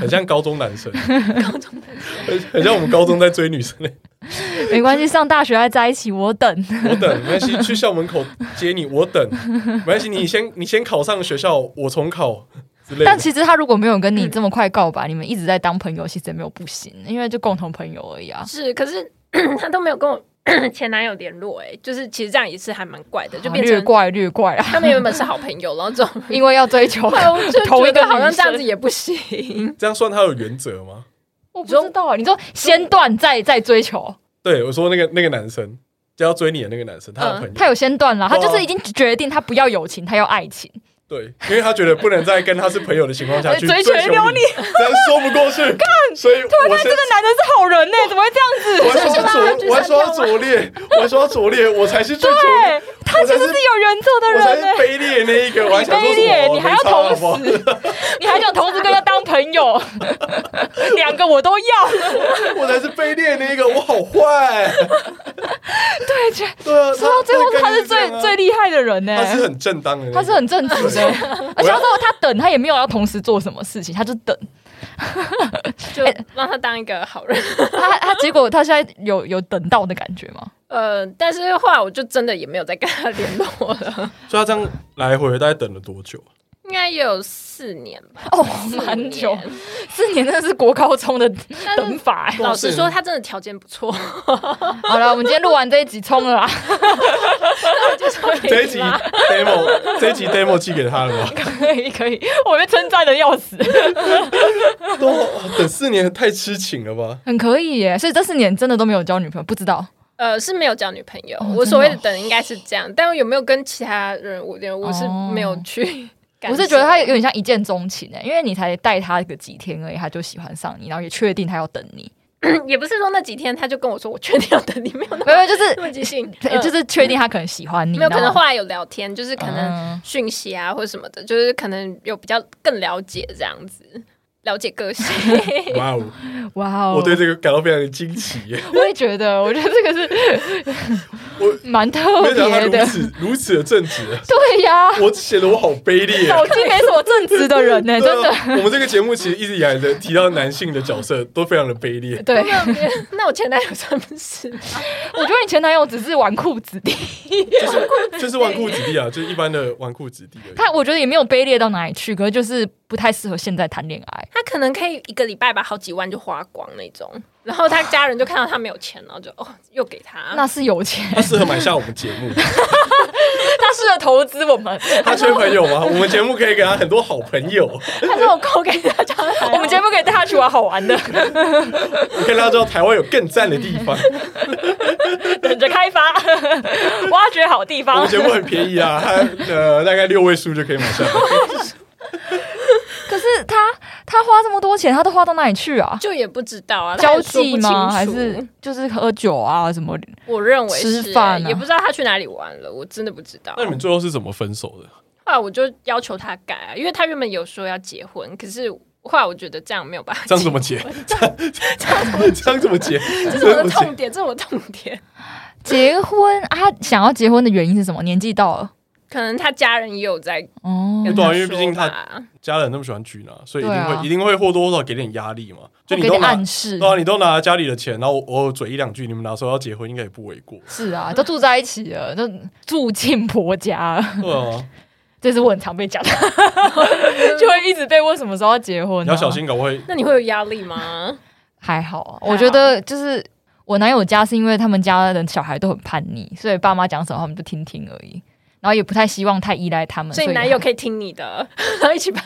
[SPEAKER 1] 很像高中男生， 高中男生，很像我们高中在追女生嘞。
[SPEAKER 2] 没关系，上大学还在一起，我等，
[SPEAKER 1] 我等，没关系，去校门口接你，我等，没关系，你先你先考上学校，我重考之类
[SPEAKER 2] 但
[SPEAKER 1] 的。
[SPEAKER 2] 其实他如果没有跟你这么快告
[SPEAKER 1] 嗯
[SPEAKER 2] 白，你们一直在当朋友，其实也没有不行，因为就共同朋友而已啊。
[SPEAKER 3] 是，可是 他都没有跟我 前男友联络、哎，就是其实这样也是还蛮怪的，就
[SPEAKER 2] 好啊
[SPEAKER 3] 变
[SPEAKER 2] 略
[SPEAKER 3] 成
[SPEAKER 2] 怪略怪啊，
[SPEAKER 3] 他们原本是好朋友，然后这种
[SPEAKER 2] 因为要追 求
[SPEAKER 3] 后来我就
[SPEAKER 2] 同一
[SPEAKER 3] 觉
[SPEAKER 2] 个
[SPEAKER 3] 得好像
[SPEAKER 2] 女
[SPEAKER 3] 这样
[SPEAKER 2] 生
[SPEAKER 3] 子也不行。
[SPEAKER 1] 这样算他有原则吗？
[SPEAKER 2] 我不知道，你说先断再再追求，
[SPEAKER 1] 对，我说那个那个男生，就要追你的那个男生，他的
[SPEAKER 3] 嗯
[SPEAKER 1] 朋友，
[SPEAKER 2] 他有先断了，他
[SPEAKER 1] 对啊
[SPEAKER 2] 就是已经决定他不要友情，他要爱情。
[SPEAKER 1] 对，因为他觉得不能在跟他是朋友的情 况下去
[SPEAKER 2] 追
[SPEAKER 1] 追
[SPEAKER 2] 求
[SPEAKER 1] 求
[SPEAKER 2] 刘
[SPEAKER 1] 你，这样说不过去。 所以我先，
[SPEAKER 2] 哎这男的是好人呢、欸怎么会这 样子？
[SPEAKER 1] 我还说他左，我还说他左劣，我还说他左劣，我才是最左劣，
[SPEAKER 2] 对，哎他其实是有原则的
[SPEAKER 1] 我才
[SPEAKER 2] 人呢、
[SPEAKER 1] 是卑劣那一个。我还想说
[SPEAKER 2] 卑劣
[SPEAKER 1] 什么？
[SPEAKER 2] 你还要
[SPEAKER 1] 没差好不好
[SPEAKER 2] 同时你还想同时跟他当朋友，有，两个我都要。
[SPEAKER 1] 我才是卑劣那个，我好坏。
[SPEAKER 2] 对，就
[SPEAKER 1] 对啊，
[SPEAKER 2] 说到最后，他是
[SPEAKER 1] 这个概念就这
[SPEAKER 2] 最
[SPEAKER 1] 样啊
[SPEAKER 2] 最厉害的人呢、欸
[SPEAKER 1] 他是很正当的那个，
[SPEAKER 2] 他是很正 直的，而且他说他等，他也没有要同时做什么事情，他就等。
[SPEAKER 3] 就
[SPEAKER 2] 哎
[SPEAKER 3] 让他当一个好人。
[SPEAKER 2] 他他结果他现在有有等到的感觉吗？
[SPEAKER 3] 呃，但是后来我就真的也没有再跟他联络了，
[SPEAKER 1] 所以他这样来回大概等了多久？
[SPEAKER 3] 应该也有四年吧，
[SPEAKER 2] 哦，
[SPEAKER 3] 四
[SPEAKER 2] 蛮
[SPEAKER 3] 年
[SPEAKER 2] 久，四年真的是国高中的
[SPEAKER 3] 但
[SPEAKER 2] 等
[SPEAKER 3] 是
[SPEAKER 2] 法、 欸。
[SPEAKER 3] 老实说，他真的条件 不错，
[SPEAKER 2] 好了，我们今天录完这一集冲了啦，
[SPEAKER 3] 就是会
[SPEAKER 1] 这一集
[SPEAKER 3] 拉
[SPEAKER 1] demo，这一集 demo 寄给他了 吧？
[SPEAKER 2] 可以可以，我被称赞的要死，
[SPEAKER 1] 都等四年太痴情了吧？
[SPEAKER 2] 很可以耶。所以这四年真的都没有交女朋友，不知道。
[SPEAKER 3] 呃，是没有交女朋友。
[SPEAKER 2] 哦
[SPEAKER 3] 我所谓的
[SPEAKER 2] 真
[SPEAKER 3] 等应该是这样，但有没有跟其他人无联，我是没有去 感
[SPEAKER 2] 哦我
[SPEAKER 3] 受。
[SPEAKER 2] 是觉得他有点像一见钟情欸诶、因为你才带他个几天而已，他就喜欢上你，然后也确定他要等你，
[SPEAKER 3] 也不是说那几天他就跟我说我确定要等你，没有那么
[SPEAKER 2] 没有没有就
[SPEAKER 3] 那
[SPEAKER 2] 是
[SPEAKER 3] 么即兴，
[SPEAKER 2] 对
[SPEAKER 3] 嗯
[SPEAKER 2] 就是确定他可能喜欢你，
[SPEAKER 3] 没有可
[SPEAKER 2] 然
[SPEAKER 3] 能
[SPEAKER 2] 后
[SPEAKER 3] 后来有聊天，就是可能
[SPEAKER 2] 嗯
[SPEAKER 3] 讯息啊或者什么的，就是可能有比较更了解这样子，了解个性。
[SPEAKER 1] 哇哦，
[SPEAKER 2] 哇哦，
[SPEAKER 1] 我对这个感到非常的惊奇耶！
[SPEAKER 2] 我也觉得，我觉得这个是
[SPEAKER 1] 我
[SPEAKER 2] 蛮特
[SPEAKER 1] 没想到他
[SPEAKER 2] 别
[SPEAKER 1] 如
[SPEAKER 2] 的，
[SPEAKER 1] 此如此的正直，
[SPEAKER 2] 对呀、
[SPEAKER 1] 我显得我好卑 劣。
[SPEAKER 2] 早期没什么正直的人呢、 欸
[SPEAKER 1] 对
[SPEAKER 2] 真
[SPEAKER 1] 啊
[SPEAKER 2] 的。
[SPEAKER 1] 我们这个节目其实一直以来的提到男性的角色都非常的卑 劣。
[SPEAKER 2] 对， 啊
[SPEAKER 3] 那我前男友算不是？
[SPEAKER 2] 我觉得你前男友只是纨绔子弟，
[SPEAKER 1] 就是纨绔子弟啊，就是一般的纨绔子弟而已。
[SPEAKER 2] 他我觉得也没有卑劣到哪里去，可是就是不太适合现在谈恋爱。
[SPEAKER 3] 他可能可以一个礼拜把好几万就花光那种，然后他家人就看到他没有钱，然后就哦又给他。
[SPEAKER 2] 那是有钱，
[SPEAKER 1] 他适合买下我们节目，
[SPEAKER 2] 他适合投资我们，
[SPEAKER 1] 他缺朋友吗？我们节目可以给他很多好朋友，
[SPEAKER 2] 他说我够给大家， 我们节目可以带他去玩好玩的，
[SPEAKER 1] 我可以让他知道台湾有更赞的地方。
[SPEAKER 2] 等着开发， 挖掘 好地
[SPEAKER 1] 我
[SPEAKER 2] 方
[SPEAKER 1] 们。节目很便宜啊，他呃大概六位数就可以买下来。
[SPEAKER 2] 可是他他花这么多钱，他都花到哪里去啊？
[SPEAKER 3] 就也不知道啊，他
[SPEAKER 2] 交
[SPEAKER 3] 也说不
[SPEAKER 2] 际吗？
[SPEAKER 3] 清
[SPEAKER 2] 还
[SPEAKER 3] 楚
[SPEAKER 2] 是就是喝酒啊什么？
[SPEAKER 3] 我认为是
[SPEAKER 2] 吃饭啊
[SPEAKER 3] 也不知道他去哪里玩了，我真的不知道。
[SPEAKER 1] 那你们最后是怎么分手的？
[SPEAKER 3] 后来我就要求他改、啊，因为他原本有说要结婚，可是后来我觉得这样没有办法结。
[SPEAKER 1] 这样怎么结？这样怎么结？
[SPEAKER 3] 这
[SPEAKER 1] 这
[SPEAKER 3] 是我
[SPEAKER 1] 样怎
[SPEAKER 3] 的
[SPEAKER 1] 么结
[SPEAKER 3] 痛？点，这是我的痛点。
[SPEAKER 2] 结婚啊？他想要结婚的原因是什么？年纪到了
[SPEAKER 3] 可能他家人也有在
[SPEAKER 2] 哦
[SPEAKER 3] 跟
[SPEAKER 1] 对啊
[SPEAKER 3] 他
[SPEAKER 1] 因为毕竟
[SPEAKER 3] 说
[SPEAKER 1] 他
[SPEAKER 3] 吧
[SPEAKER 1] 家人那么喜欢举拿，所以一定
[SPEAKER 2] 对啊
[SPEAKER 1] 会一定会或多或少给点压力嘛。就
[SPEAKER 2] 我
[SPEAKER 1] 你
[SPEAKER 2] 给
[SPEAKER 1] 都
[SPEAKER 2] 点
[SPEAKER 1] 拿
[SPEAKER 2] 暗，示
[SPEAKER 1] 对。啊，你都拿家里的钱，然后偶尔嘴一两句，你们哪时候要结婚，应该也不为过。
[SPEAKER 2] 是啊，都住在一起了，都住进婆家 了，
[SPEAKER 1] 对啊，
[SPEAKER 2] 这是我很常被讲的， 就会一直被问什么时候要结婚、啊
[SPEAKER 1] 你要小，心，搞不会
[SPEAKER 3] 那你会有压力吗？
[SPEAKER 2] 还好啊，
[SPEAKER 3] 还
[SPEAKER 2] 我
[SPEAKER 3] 好
[SPEAKER 2] 觉得就是我男友家是因为他们家的小孩都很叛逆，所以爸妈讲什么他们就听听而已，然后也不太希望太依赖他们，
[SPEAKER 3] 所以
[SPEAKER 2] 以
[SPEAKER 3] 你男友
[SPEAKER 2] 还
[SPEAKER 3] 可以听你的， 然后一起办。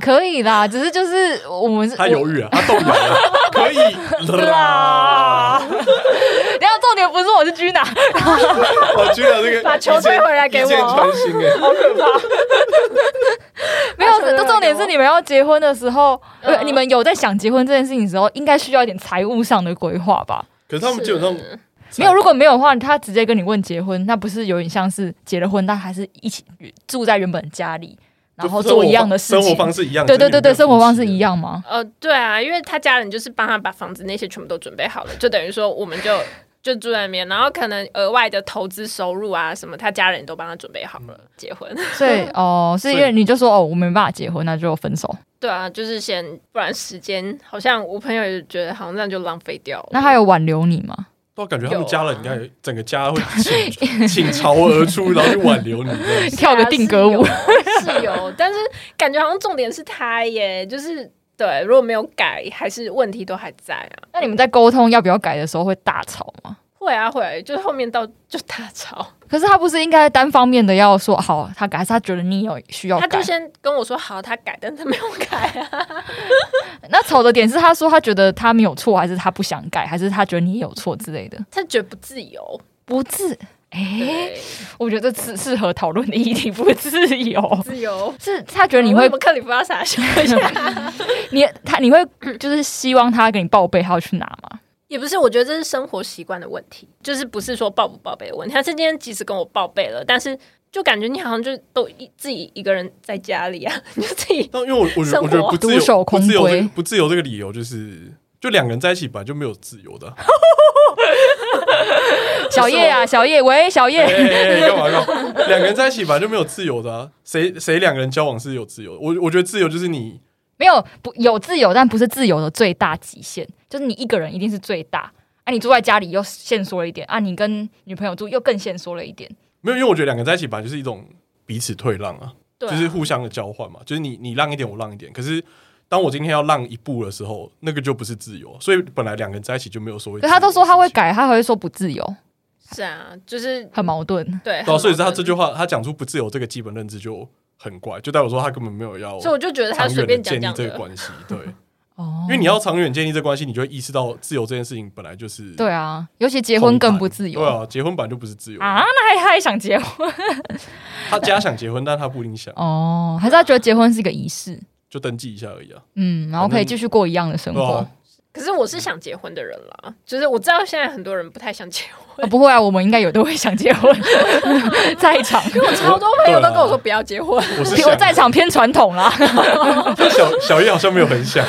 [SPEAKER 2] 可以啦，只是就是我们是
[SPEAKER 1] 他犹豫啊，他动摇 了，可以
[SPEAKER 2] 啦
[SPEAKER 1] 啦。
[SPEAKER 2] 啊 然后重点不是我是居哪，
[SPEAKER 1] 我居然这 个
[SPEAKER 3] 把球推回来给我
[SPEAKER 1] 一箭穿心哎，
[SPEAKER 2] 没有，
[SPEAKER 3] 啊所以
[SPEAKER 2] 这重点是你们要结婚的时候，
[SPEAKER 3] 嗯
[SPEAKER 2] 呃你们有在想结婚这件事情的时候，应该需要一点财务上的规划吧？
[SPEAKER 1] 可是他们基本上
[SPEAKER 3] 是
[SPEAKER 2] 没有，如果没有的话，他直接跟你问结婚，那不是有点像是结了婚，但还是一起住在原本家里，然后做一样的事情，
[SPEAKER 1] 生活方式一样，
[SPEAKER 2] 对对对对，生活方式
[SPEAKER 1] 样。
[SPEAKER 2] 一样吗？
[SPEAKER 3] 呃，对啊，因为他家人就是帮他把房子那些全部都准备好了，就等于说我们就 就住在那边，然后可能额外的投资收入啊什么，他家人也都帮他准备好
[SPEAKER 1] 嗯
[SPEAKER 3] 了。结婚，
[SPEAKER 2] 所 以哦，是因为
[SPEAKER 1] 所以
[SPEAKER 2] 你就说哦，我没办法结婚，那就分 手。
[SPEAKER 3] 对啊，就是先，不然时间好像我朋友也觉得好像这样就浪费掉了。
[SPEAKER 2] 那他有挽留你吗？
[SPEAKER 1] 都啊感觉他们
[SPEAKER 2] 啊
[SPEAKER 1] 家人应该整个家会 倾倾巢而出，然后去挽留你这样子。
[SPEAKER 2] 跳个定格舞
[SPEAKER 3] 是有，啊 是有，但是感觉好像重点是他耶，就是对，如果没有改，还是问题都还在啊。
[SPEAKER 2] 那你们在沟通要不要改的时候会大吵吗？
[SPEAKER 3] 会啊会，就是后面到就大吵，
[SPEAKER 2] 可是他不是应该单方面的要说好他改，还是他觉得你有需要
[SPEAKER 3] 他
[SPEAKER 2] 改
[SPEAKER 3] 就？先跟我说好，他改，但他没有改啊。
[SPEAKER 2] 那吵的点是他说他觉得他没有错，还是他不想改，还是他觉得你有错之类的？
[SPEAKER 3] 他觉得不自由，
[SPEAKER 2] 不自，哎、
[SPEAKER 3] 对，
[SPEAKER 2] 我觉得适适合讨论的议题不自由。
[SPEAKER 3] 自由。
[SPEAKER 2] 是他觉得你
[SPEAKER 3] 为
[SPEAKER 2] 会
[SPEAKER 3] 什么克里夫要傻笑一下？
[SPEAKER 2] 你他你会就是希望他给你报备他要去哪吗？
[SPEAKER 3] 也不是，我觉得这是生活习惯的问题，就是不是说报不报备的问题。他是今天即使跟我报备了，但是就感觉你好像就都一自己一个人在家里啊， 你就自己
[SPEAKER 1] 但因为我我觉得我觉
[SPEAKER 3] 生
[SPEAKER 1] 得
[SPEAKER 3] 活
[SPEAKER 1] 不自
[SPEAKER 2] 独守
[SPEAKER 1] 由不
[SPEAKER 2] 空
[SPEAKER 1] 自由这
[SPEAKER 2] 闺
[SPEAKER 1] 个不自由这个理由就是，就两个人在一起本来就没有自由的啊。
[SPEAKER 2] 小叶啊，小叶，喂，小叶，
[SPEAKER 1] 哎 哎哎干嘛干嘛？两个人在一起本来就没有自由的啊，谁谁两个人交往是有自由的？我我觉得自由就是你
[SPEAKER 2] 没有不有自由，但不是自由的最大极限，就是你一个人一定是最大。啊，你住在家里又限缩了一点啊，你跟女朋友住又更限缩了一点。
[SPEAKER 1] 没有，因为我觉得两个人在一起本来就是一种彼此退让啊，
[SPEAKER 3] 对啊、
[SPEAKER 1] 就是互相的交换嘛，就是你你让一点，我让一点。可是当我今天要让一步的时候，那个就不是自由，啊所以本来两个人在一起就没有所谓。
[SPEAKER 2] 可他都说他会，
[SPEAKER 1] 啊
[SPEAKER 2] 改，他还会说不自由，
[SPEAKER 3] 是啊，就是
[SPEAKER 2] 很矛盾。
[SPEAKER 3] 对，
[SPEAKER 1] 对啊、所以他
[SPEAKER 3] 很矛
[SPEAKER 1] 这
[SPEAKER 3] 盾
[SPEAKER 1] 句话他讲出不自由这个基本认知就很怪，就代表说他根本没有要
[SPEAKER 3] 所以我就觉得他
[SPEAKER 1] 长
[SPEAKER 3] 随
[SPEAKER 1] 远的
[SPEAKER 3] 便讲
[SPEAKER 1] 建立
[SPEAKER 3] 讲
[SPEAKER 1] 这个
[SPEAKER 3] 的，
[SPEAKER 1] 关系，对，
[SPEAKER 2] 哦
[SPEAKER 1] 因为你要长远建立这个关系，你就会意识到自由这件事情本来就是
[SPEAKER 2] 对啊，尤其结婚更不自由
[SPEAKER 1] 对啊，结婚本来就不是自由的
[SPEAKER 2] 啊，那还还想结婚
[SPEAKER 1] 他家想结婚，但他不一定想，
[SPEAKER 2] 哦？还是他觉得结婚是一个仪式，
[SPEAKER 1] 就登记一下而已啊。
[SPEAKER 2] 嗯，然后可以继续过一样的哦生
[SPEAKER 1] 对
[SPEAKER 2] 活
[SPEAKER 1] 啊。，
[SPEAKER 3] 可是我是想结婚的人啦，就是我知道现在很多人不太想结婚，
[SPEAKER 2] 啊不会啊，我们应该有都会想结婚，在场，
[SPEAKER 3] 超多朋友都
[SPEAKER 1] 对啊
[SPEAKER 3] 跟我说不要 结婚，
[SPEAKER 1] 我是
[SPEAKER 2] 我在
[SPEAKER 1] 想，
[SPEAKER 2] 场偏传统啦，
[SPEAKER 1] 小小叶好像没有很想。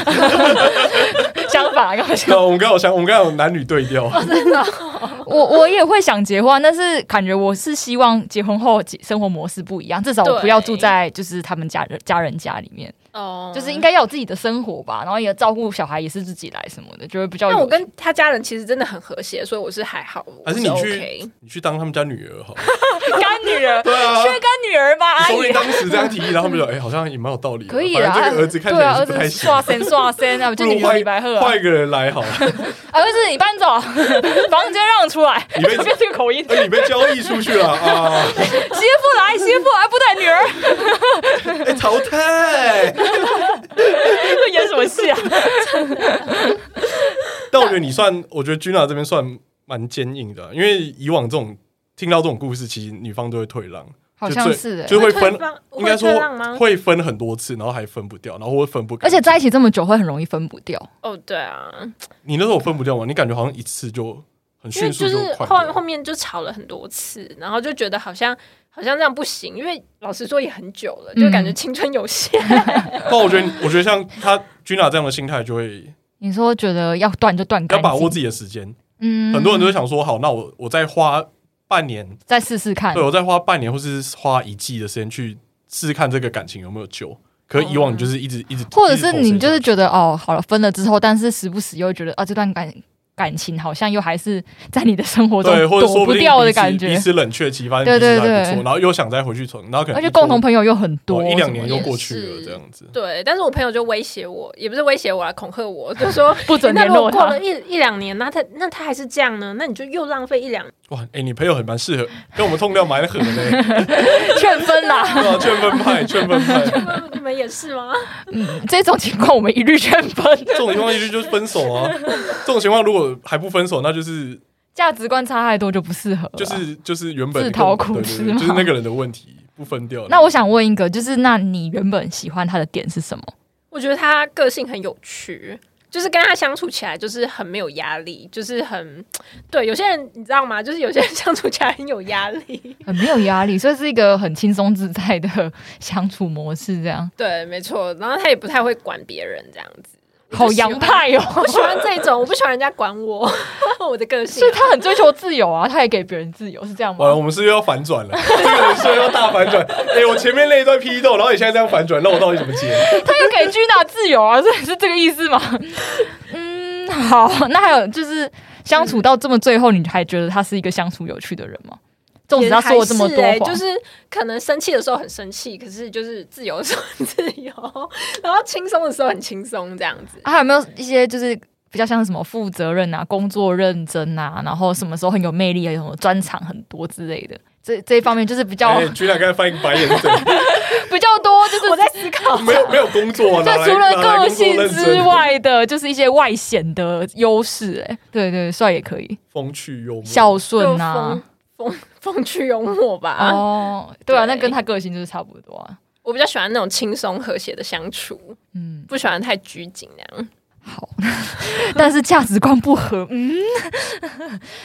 [SPEAKER 2] 相反啊，跟我
[SPEAKER 1] 那我们刚好想，我们刚好有男女对调，
[SPEAKER 2] 哦我我也会想结婚，啊但是感觉我是希望结婚后结生活模式不一样，至少我不要住在就是他们家人家人家里面，
[SPEAKER 3] 哦
[SPEAKER 2] 就是应。该要有自己的生活吧，然后也照顾小孩也是自己来什么的，就会比较有。
[SPEAKER 3] 但我跟他家人其实真的很和谐，所以我是还好，
[SPEAKER 1] 还是你
[SPEAKER 3] 我
[SPEAKER 1] 去
[SPEAKER 3] OK
[SPEAKER 1] 你去当他们家女儿好了？
[SPEAKER 2] 干女儿，
[SPEAKER 1] 对啊
[SPEAKER 2] 缺，干女儿吧，阿
[SPEAKER 1] 说不
[SPEAKER 2] 姨
[SPEAKER 1] 定。当时这样提议，然后他们就哎，好像也蛮有道理的。
[SPEAKER 2] 可以
[SPEAKER 1] 反
[SPEAKER 2] 啦，
[SPEAKER 1] 正这个儿子看起
[SPEAKER 2] 对啊，
[SPEAKER 1] 来也
[SPEAKER 2] 儿
[SPEAKER 1] 是不太
[SPEAKER 2] 子
[SPEAKER 1] 行，
[SPEAKER 2] 刷身刷身啊，就
[SPEAKER 1] 不如
[SPEAKER 2] 你
[SPEAKER 1] 换
[SPEAKER 2] 李白鹤啊
[SPEAKER 1] 换，一个人来好了。
[SPEAKER 2] 儿子你 搬走，房间让出来，
[SPEAKER 1] 你被
[SPEAKER 2] 变这个口音，
[SPEAKER 1] 哎，你被交易出去了啊！
[SPEAKER 2] 媳妇来，媳妇来，不带女儿，
[SPEAKER 1] 哎，淘汰。
[SPEAKER 2] 这演什么戏啊？
[SPEAKER 1] 但我觉得你算，我觉得 Gina 这边算蛮坚硬的啊，因为以往这种听到这种故事，其实女方都会退让，
[SPEAKER 2] 好
[SPEAKER 1] 就
[SPEAKER 2] 像
[SPEAKER 1] 最
[SPEAKER 2] 是欸
[SPEAKER 1] 就会分
[SPEAKER 3] 会退让，
[SPEAKER 1] 应该
[SPEAKER 3] 会退让
[SPEAKER 1] 说
[SPEAKER 3] 吗
[SPEAKER 1] 会分很多次，然后还分不掉，然后会分不干
[SPEAKER 2] 而
[SPEAKER 1] 净。
[SPEAKER 2] 且在一起这么久，会很容易分不掉。
[SPEAKER 3] 哦，对啊，
[SPEAKER 1] 你那时候分不掉吗？你感觉好像一次就很
[SPEAKER 3] 因为
[SPEAKER 1] 迅速
[SPEAKER 3] 就是
[SPEAKER 1] 快
[SPEAKER 3] 后后
[SPEAKER 1] 掉。
[SPEAKER 3] 面就吵了很多次，然后就觉得好像好像这样不行，因为老实说也很久了，就感觉青春有限。
[SPEAKER 1] 但我觉得，我觉得像他 Gina 这样的心态，就会
[SPEAKER 2] 你说觉得要断就断干
[SPEAKER 1] 要
[SPEAKER 2] 净，
[SPEAKER 1] 把握自己的时间。
[SPEAKER 2] 嗯
[SPEAKER 1] 很多人都会想说，好，那我我再花半年，
[SPEAKER 2] 再试试看
[SPEAKER 1] 对，我再花半年或是花一季的时间去试试看这个感情有没有救。可是以往你就是一直一直，
[SPEAKER 2] 或者
[SPEAKER 1] 一直
[SPEAKER 2] 是
[SPEAKER 1] 投身
[SPEAKER 2] 你就
[SPEAKER 1] 下
[SPEAKER 2] 是
[SPEAKER 1] 去
[SPEAKER 2] 觉得哦，好了，分了之后，但是时不时又觉得啊，这段感感情好像又还是在你的生活中
[SPEAKER 1] 对，或者
[SPEAKER 2] 躲
[SPEAKER 1] 说
[SPEAKER 2] 不
[SPEAKER 1] 定
[SPEAKER 2] 掉的
[SPEAKER 1] 彼此
[SPEAKER 2] 感觉
[SPEAKER 1] 彼，此冷却期，发现
[SPEAKER 2] 对
[SPEAKER 1] 彼此还
[SPEAKER 2] 对
[SPEAKER 1] 不错
[SPEAKER 2] 对
[SPEAKER 1] 然后又想再回去重，然后可能
[SPEAKER 2] 而且
[SPEAKER 1] 一拖
[SPEAKER 2] 共同朋友又很多
[SPEAKER 1] 哦，一两年
[SPEAKER 2] 什
[SPEAKER 1] 又
[SPEAKER 2] 么的
[SPEAKER 1] 过去了
[SPEAKER 3] 是
[SPEAKER 1] 这样子。
[SPEAKER 3] 对，但是我朋友就威胁我，也不是威胁我啊，恐吓我，就说哎
[SPEAKER 2] 不准
[SPEAKER 3] 那
[SPEAKER 2] 联
[SPEAKER 3] 如
[SPEAKER 2] 络
[SPEAKER 3] 果过
[SPEAKER 2] 他
[SPEAKER 3] 了。一一两年，那他那他还是这样呢，那你就又浪费一两。
[SPEAKER 1] 哇，哎，你朋友很蛮适合跟我们痛掉埋的很嘞，
[SPEAKER 2] 劝分啦，
[SPEAKER 1] 对啊，劝分派，劝分派。
[SPEAKER 3] 你们也是吗？
[SPEAKER 2] 嗯， 这种情况我们一律劝 分。
[SPEAKER 1] 这种情况一直就是分手啊。这种情况如果还不分手，那就是
[SPEAKER 2] 价值观差太多就不适合了。
[SPEAKER 1] 就是就是原本
[SPEAKER 2] 啊自讨苦
[SPEAKER 1] 对
[SPEAKER 2] 吃
[SPEAKER 1] 对对
[SPEAKER 2] 嘛
[SPEAKER 1] 就是那个人的问题不分掉。
[SPEAKER 2] 那我想问一个，就是那你原本喜欢他的点是什么？
[SPEAKER 3] 我觉得他个性很有趣，就是跟他相处起来就是很没有压力，就是很对。有些人你知道吗？就是有些人相处起来很有压力。
[SPEAKER 2] 很没有压力，所以是一个很轻松自在的相处模式，这样
[SPEAKER 3] 对，没错。然后他也不太会管别人这样子。
[SPEAKER 2] 好洋派哦。
[SPEAKER 3] 我喜欢这种，我不喜欢人家管我， 我的个 性啊
[SPEAKER 2] 所以。他很追求自由啊，他也给别人自由，是这样
[SPEAKER 1] 完了，
[SPEAKER 2] 吗？
[SPEAKER 1] 我们是又要反转了，这个人设要大反转。哎，我前面那一段批斗，然后你现在这样反转，那我到底怎么接？
[SPEAKER 2] 他又给 Gina 自由啊， 所以是这个意思 吗？嗯，好，那还有就是相处到这么最后，你还觉得他是一个相处有趣的人吗？纵使他说了这么多
[SPEAKER 3] 也还是欸
[SPEAKER 2] 话，
[SPEAKER 3] 就是可能生气的时候很生气，可是就是自由的时候很自由， 然后轻松的时候很轻松，这样子。
[SPEAKER 2] 啊还有没有一些就是比较像什么负责任啊、工作认真啊，然后什么时候很有魅力啊、有什么专长很多之类的？这这一方面就是比较、
[SPEAKER 1] 哎，居然刚才翻一个白眼是怎样？
[SPEAKER 2] 比较多，就是
[SPEAKER 3] 我在思考，
[SPEAKER 1] 没有没有工作啊，
[SPEAKER 2] 这
[SPEAKER 1] 哪来
[SPEAKER 2] 除
[SPEAKER 1] 哪
[SPEAKER 2] 了
[SPEAKER 1] 来
[SPEAKER 2] 个
[SPEAKER 1] 工作
[SPEAKER 2] 性
[SPEAKER 1] 认
[SPEAKER 2] 之
[SPEAKER 1] 真
[SPEAKER 2] 外的，就是一些外显的优势、哎，对对，帅也可以，
[SPEAKER 1] 风趣幽默，
[SPEAKER 2] 孝
[SPEAKER 3] 就
[SPEAKER 2] 顺啊
[SPEAKER 3] 风，风风趣幽默吧。
[SPEAKER 2] 哦，对啊，
[SPEAKER 3] 对
[SPEAKER 2] 那跟他个性就是差不多啊。
[SPEAKER 3] 我比较喜欢那种轻松和谐的相处，
[SPEAKER 2] 嗯，
[SPEAKER 3] 不喜欢太拘谨那样。
[SPEAKER 2] 好， 但是价值观不合，嗯，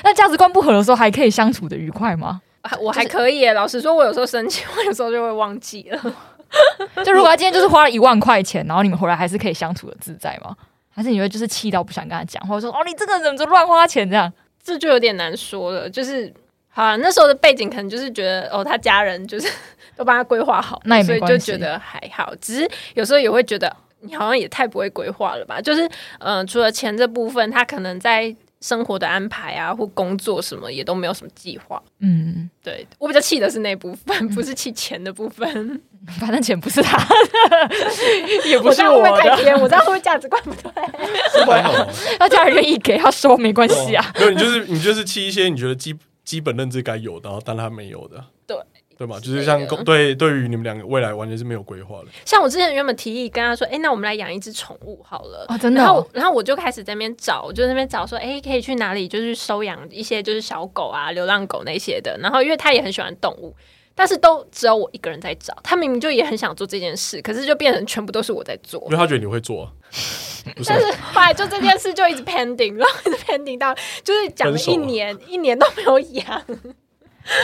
[SPEAKER 2] 那价值观不合的时候还可以相处的愉快吗？
[SPEAKER 3] 啊我还可以耶。老实说，我有时候生气， 我有时候就会忘记了。
[SPEAKER 2] 就如果他今天就是花了一万块钱，然后你们回来还是可以相处的自在吗？还是你会就是气到不想跟他讲，或者说哦你这个人怎么就乱花钱这样？
[SPEAKER 3] 这就有点难说了。就是，好啊，那时候的背景可能就是觉得，哦，他家人就是 都帮他规划好，
[SPEAKER 2] 那也没
[SPEAKER 3] 所以就
[SPEAKER 2] 关系
[SPEAKER 3] 觉得还好。只是有时候也会觉得，你好像也太不会规划了吧？就是，嗯、除了钱这部分，他可能在生活的安排啊，或工作什么也都没有什么计划。
[SPEAKER 2] 嗯，
[SPEAKER 3] 对我比较气的是那部分，不是气钱的部分。
[SPEAKER 2] 反正钱不是他 的，也不是
[SPEAKER 3] 我
[SPEAKER 2] 我
[SPEAKER 3] 这样会不会太
[SPEAKER 2] 的，
[SPEAKER 3] 偏？我这样会不会价值观不对？
[SPEAKER 4] 还好，
[SPEAKER 2] 他家人愿意给，他收没关系啊。
[SPEAKER 1] 没有，你就是你就是气一些你觉得基基本认知该有的，然后但他没有的，
[SPEAKER 3] 对
[SPEAKER 1] 对嘛，
[SPEAKER 3] 是
[SPEAKER 1] 就是
[SPEAKER 3] 的
[SPEAKER 1] 像公对对于你们两个未来完全是没有规划的，
[SPEAKER 3] 像我之前原本提议跟他说，哎、那我们来养一只宠物好了。
[SPEAKER 2] 哦，真的
[SPEAKER 3] 然
[SPEAKER 2] 哦、
[SPEAKER 3] 后，然后我就开始在那边找，我就在那边找说，哎，可以去哪里，就是收养一些就是小狗啊、流浪狗那些的。然后，因为他也很喜欢动物，但是都只有我一个人在找。他明明就也很想做这件事，可是就变成全部都是我在做
[SPEAKER 1] 因。为他觉得你会做啊，不是啊
[SPEAKER 3] 但是后来就这件事就一直 pending，然后一直 pending 到就是讲了
[SPEAKER 1] 分手
[SPEAKER 3] 一
[SPEAKER 1] 了
[SPEAKER 3] 年，一年都没有养。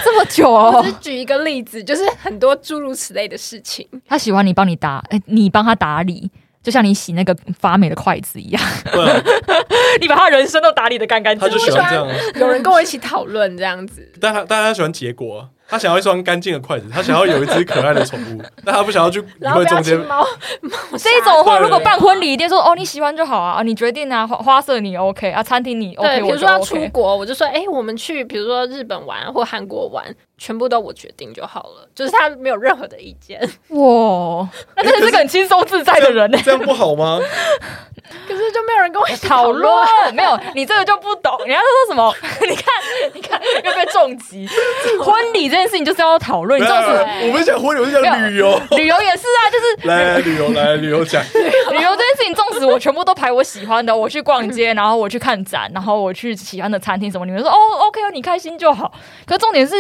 [SPEAKER 2] 这么久、
[SPEAKER 3] 我
[SPEAKER 2] 哦
[SPEAKER 3] 只，是举一个例子，就是很多诸如此类的事情。
[SPEAKER 2] 他喜欢你帮你打，哎、你帮他打理，就像你洗那个发霉的筷子一样，
[SPEAKER 1] 对啊，
[SPEAKER 2] 你把他人生都打理的干干净
[SPEAKER 1] 他就
[SPEAKER 2] 净。
[SPEAKER 1] 喜欢这样啊，
[SPEAKER 3] 有人跟我一起讨论这样子，
[SPEAKER 1] 但他但他喜欢结果啊，他想要一双干净的筷子，他想要有一只可爱的宠物，但他不想要去理
[SPEAKER 3] 然后
[SPEAKER 1] 会
[SPEAKER 3] 不要
[SPEAKER 1] 中
[SPEAKER 3] 吃
[SPEAKER 1] 间
[SPEAKER 3] 猫猫砂。
[SPEAKER 2] 这一种话，
[SPEAKER 1] 对
[SPEAKER 2] 如果办婚礼，一定说哦，你喜欢就好啊，啊你决定啊，花花色你 OK 啊，餐厅你 OK，
[SPEAKER 3] 对，比如
[SPEAKER 2] 我就
[SPEAKER 3] 说要
[SPEAKER 2] OK
[SPEAKER 3] 出国，我就说，哎、我们去，比如说日本玩或韩国玩，全部都我决定就好了，就是他没有任何的意见。
[SPEAKER 2] 哇，那真的是个很轻松自在的人欸呢、
[SPEAKER 1] 这样不好吗？
[SPEAKER 3] 可是就没有人跟我一起
[SPEAKER 2] 讨
[SPEAKER 3] 讨
[SPEAKER 2] 论
[SPEAKER 3] 论。
[SPEAKER 2] 没有，你这个就不懂。人家都说什么？ 你看，你看，又被重 击。婚礼这件事情就是要讨 论，你
[SPEAKER 1] 没
[SPEAKER 2] 知
[SPEAKER 1] 有
[SPEAKER 2] 道什
[SPEAKER 1] 我不是讲婚礼，我是讲旅游。
[SPEAKER 2] 么？旅游也是啊，就是
[SPEAKER 1] 来来旅游，来来旅游讲，
[SPEAKER 2] 旅游这件事情，纵使我全部都排我喜欢的，我去逛街，然后我去看展，然后我去喜欢的餐厅什么，你们说哦，OK 哦，你开心就好。可重点是。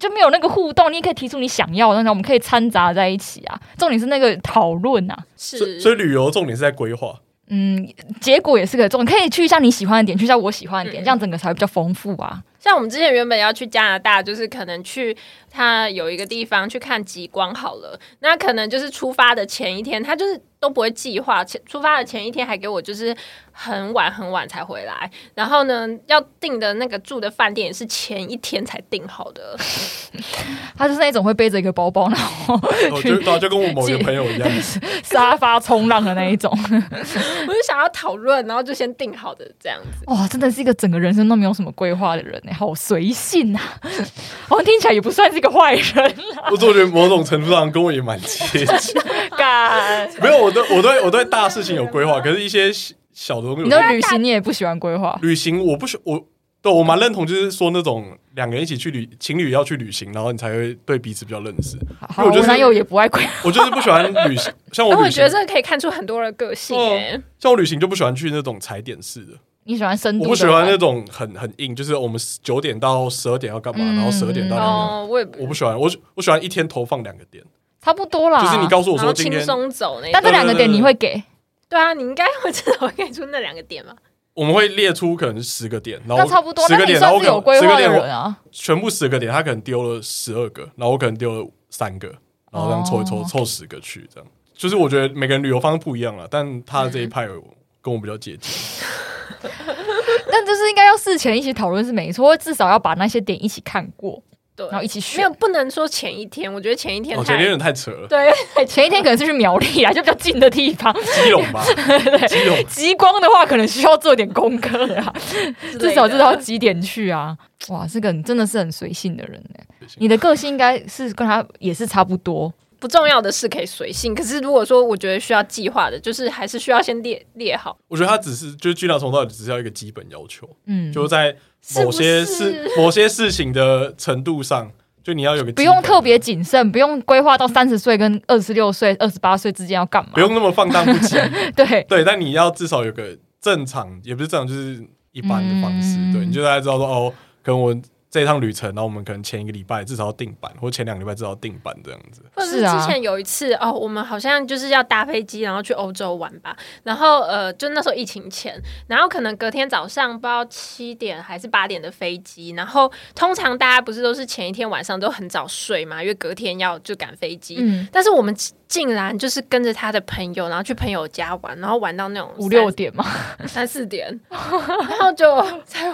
[SPEAKER 2] 就没有那个互动，你也可以提出你想要的东西，我们可以掺杂在一起啊。重点是那个讨论啊，
[SPEAKER 1] 所以
[SPEAKER 3] 是，
[SPEAKER 1] 所以旅游重点是在规划。
[SPEAKER 2] 嗯，结果也是个重点，可以去一下你喜欢的点，去一下我喜欢的点，
[SPEAKER 3] 嗯
[SPEAKER 2] 这样整个才会比较丰富啊。
[SPEAKER 3] 像我们之前原本要去加拿大，就是可能去他有一个地方去看极光好了，那可能就是出发的前一天，他就是都不会计划，前出发的前一天还给我就是很晚很晚才回来，然后呢要订的那个住的饭店也是前一天才订好的，
[SPEAKER 2] 他就是那种会背着一个包包，然后
[SPEAKER 1] 哦，就对啊就跟我某一个
[SPEAKER 2] 去
[SPEAKER 1] 朋友一样，
[SPEAKER 2] 沙发冲浪的那一 种。
[SPEAKER 3] 我就想要讨论，然后就先定好的这样子。
[SPEAKER 2] 哇，真的是一个整个人生都没有什么规划的人呢，好随性啊！我听起来也不算是个坏人， 啊
[SPEAKER 1] 我总觉得某种程度上跟我也蛮接近。
[SPEAKER 2] 干。
[SPEAKER 1] 没有，我对我对我对大事情有规划，可是一些小小的东西，
[SPEAKER 2] 你
[SPEAKER 1] 我
[SPEAKER 2] 的
[SPEAKER 1] 觉得
[SPEAKER 2] 旅行你也不喜欢规划，
[SPEAKER 1] 旅行我不喜我。对，我蛮认同，就是说那种两个人一起去旅，情侣要去旅行，然后你才会对彼此比较认识。
[SPEAKER 2] 好，
[SPEAKER 1] 我觉得
[SPEAKER 2] 我
[SPEAKER 1] 是
[SPEAKER 2] 男友也不爱规划。
[SPEAKER 1] 我就是不喜欢旅行，像
[SPEAKER 3] 但
[SPEAKER 1] 我
[SPEAKER 3] 哦我
[SPEAKER 1] 哦旅
[SPEAKER 3] 觉得
[SPEAKER 1] 行，哦
[SPEAKER 3] 这个可以看出很多人的个性哎、
[SPEAKER 1] 像我旅行就不喜欢去那种踩点式的，
[SPEAKER 2] 你喜欢深度
[SPEAKER 1] 我
[SPEAKER 2] 的
[SPEAKER 1] 不
[SPEAKER 2] 玩？
[SPEAKER 1] 喜欢那种很很硬，就是我们九点到十二点要干嘛，
[SPEAKER 2] 嗯
[SPEAKER 1] 然后十二点到两点，
[SPEAKER 3] 哦，我也不
[SPEAKER 1] 我不喜欢，我我喜欢一天投放两个点，
[SPEAKER 2] 差不多啦。
[SPEAKER 1] 就是你告诉我
[SPEAKER 3] 然
[SPEAKER 1] 说
[SPEAKER 3] 后
[SPEAKER 1] 今
[SPEAKER 3] 轻
[SPEAKER 1] 天
[SPEAKER 3] 松走那
[SPEAKER 2] 但
[SPEAKER 3] 种。
[SPEAKER 2] 这两个点你会给，
[SPEAKER 3] 对啊，你应该会知道我给出那两个点嘛。
[SPEAKER 1] 我们会列出可能十个点，然后
[SPEAKER 2] 那差不多，
[SPEAKER 1] 十
[SPEAKER 2] 那
[SPEAKER 1] 个
[SPEAKER 2] 你
[SPEAKER 1] 点，然后我
[SPEAKER 2] 算
[SPEAKER 1] 可
[SPEAKER 2] 是
[SPEAKER 1] 能
[SPEAKER 2] 有规
[SPEAKER 1] 十个
[SPEAKER 2] 划的
[SPEAKER 1] 点我
[SPEAKER 2] 人啊。
[SPEAKER 1] 全部十个点，他可能丢了十二个，然后我可能丢了三个，然后这样凑一凑、
[SPEAKER 2] 哦
[SPEAKER 1] 凑十个去，这样就是我觉得每个人旅游方式不一样了，但他的这一派跟我比较接近，
[SPEAKER 2] 但就是应该要事前一起讨论是没错，或至少要把那些点一起看过，
[SPEAKER 3] 对，
[SPEAKER 2] 然后一起
[SPEAKER 3] 没
[SPEAKER 2] 选
[SPEAKER 3] 有。不能说前一天，我觉得前一天
[SPEAKER 1] 哦，
[SPEAKER 3] 太、
[SPEAKER 1] 前天有点太扯了，
[SPEAKER 3] 对，
[SPEAKER 2] 前一天可能是去苗栗啊，就比较近的地方。
[SPEAKER 1] 基隆吧， 基隆
[SPEAKER 2] 极光的话，可能需要做点功课 啊，至少知道
[SPEAKER 3] 道。
[SPEAKER 2] 几点去啊。哇，这个你真的是很随性的人呢、你的个性应该是跟他也是差不多。
[SPEAKER 3] 不重要的事可以随性，可是如果说我觉得需要计划的，就是还是需要先列列好。
[SPEAKER 1] 我觉得他只是就是巨大从到底只是要一个基本要求，
[SPEAKER 2] 嗯，
[SPEAKER 1] 就是在某些事
[SPEAKER 3] 是不
[SPEAKER 1] 某些事情的程度上，就你要有个
[SPEAKER 2] 不
[SPEAKER 1] 基本
[SPEAKER 2] 用特别谨慎，不用规划到三十岁跟二十六岁、二十八岁之间要干嘛
[SPEAKER 1] 不。用那么放荡不羁，
[SPEAKER 2] 对，
[SPEAKER 1] 对，但你要至少有个正常，也不是正常，就是一般的方式。
[SPEAKER 2] 嗯
[SPEAKER 1] 对，你就大家知道说哦，可能我这一趟旅程，然后我们可能前一个礼拜至少要定版，或前两个礼拜至少要定版这样子。
[SPEAKER 3] 或者是
[SPEAKER 2] 是啊
[SPEAKER 3] 之前有一次、哦，我们好像就是要搭飞机，然后去欧洲玩吧。然后呃，就那时候疫情前，然后可能隔天早上不知道七点还是八点的飞机。然后通常大家不是都是前一天晚上都很早睡嘛，因为隔天要就赶飞机。
[SPEAKER 2] 嗯，
[SPEAKER 3] 但是我们竟然就是跟着他的朋友，然后去朋友家玩，然后玩到那种
[SPEAKER 2] 五
[SPEAKER 3] 三
[SPEAKER 2] 六点嘛，
[SPEAKER 3] 三四点，然后就才，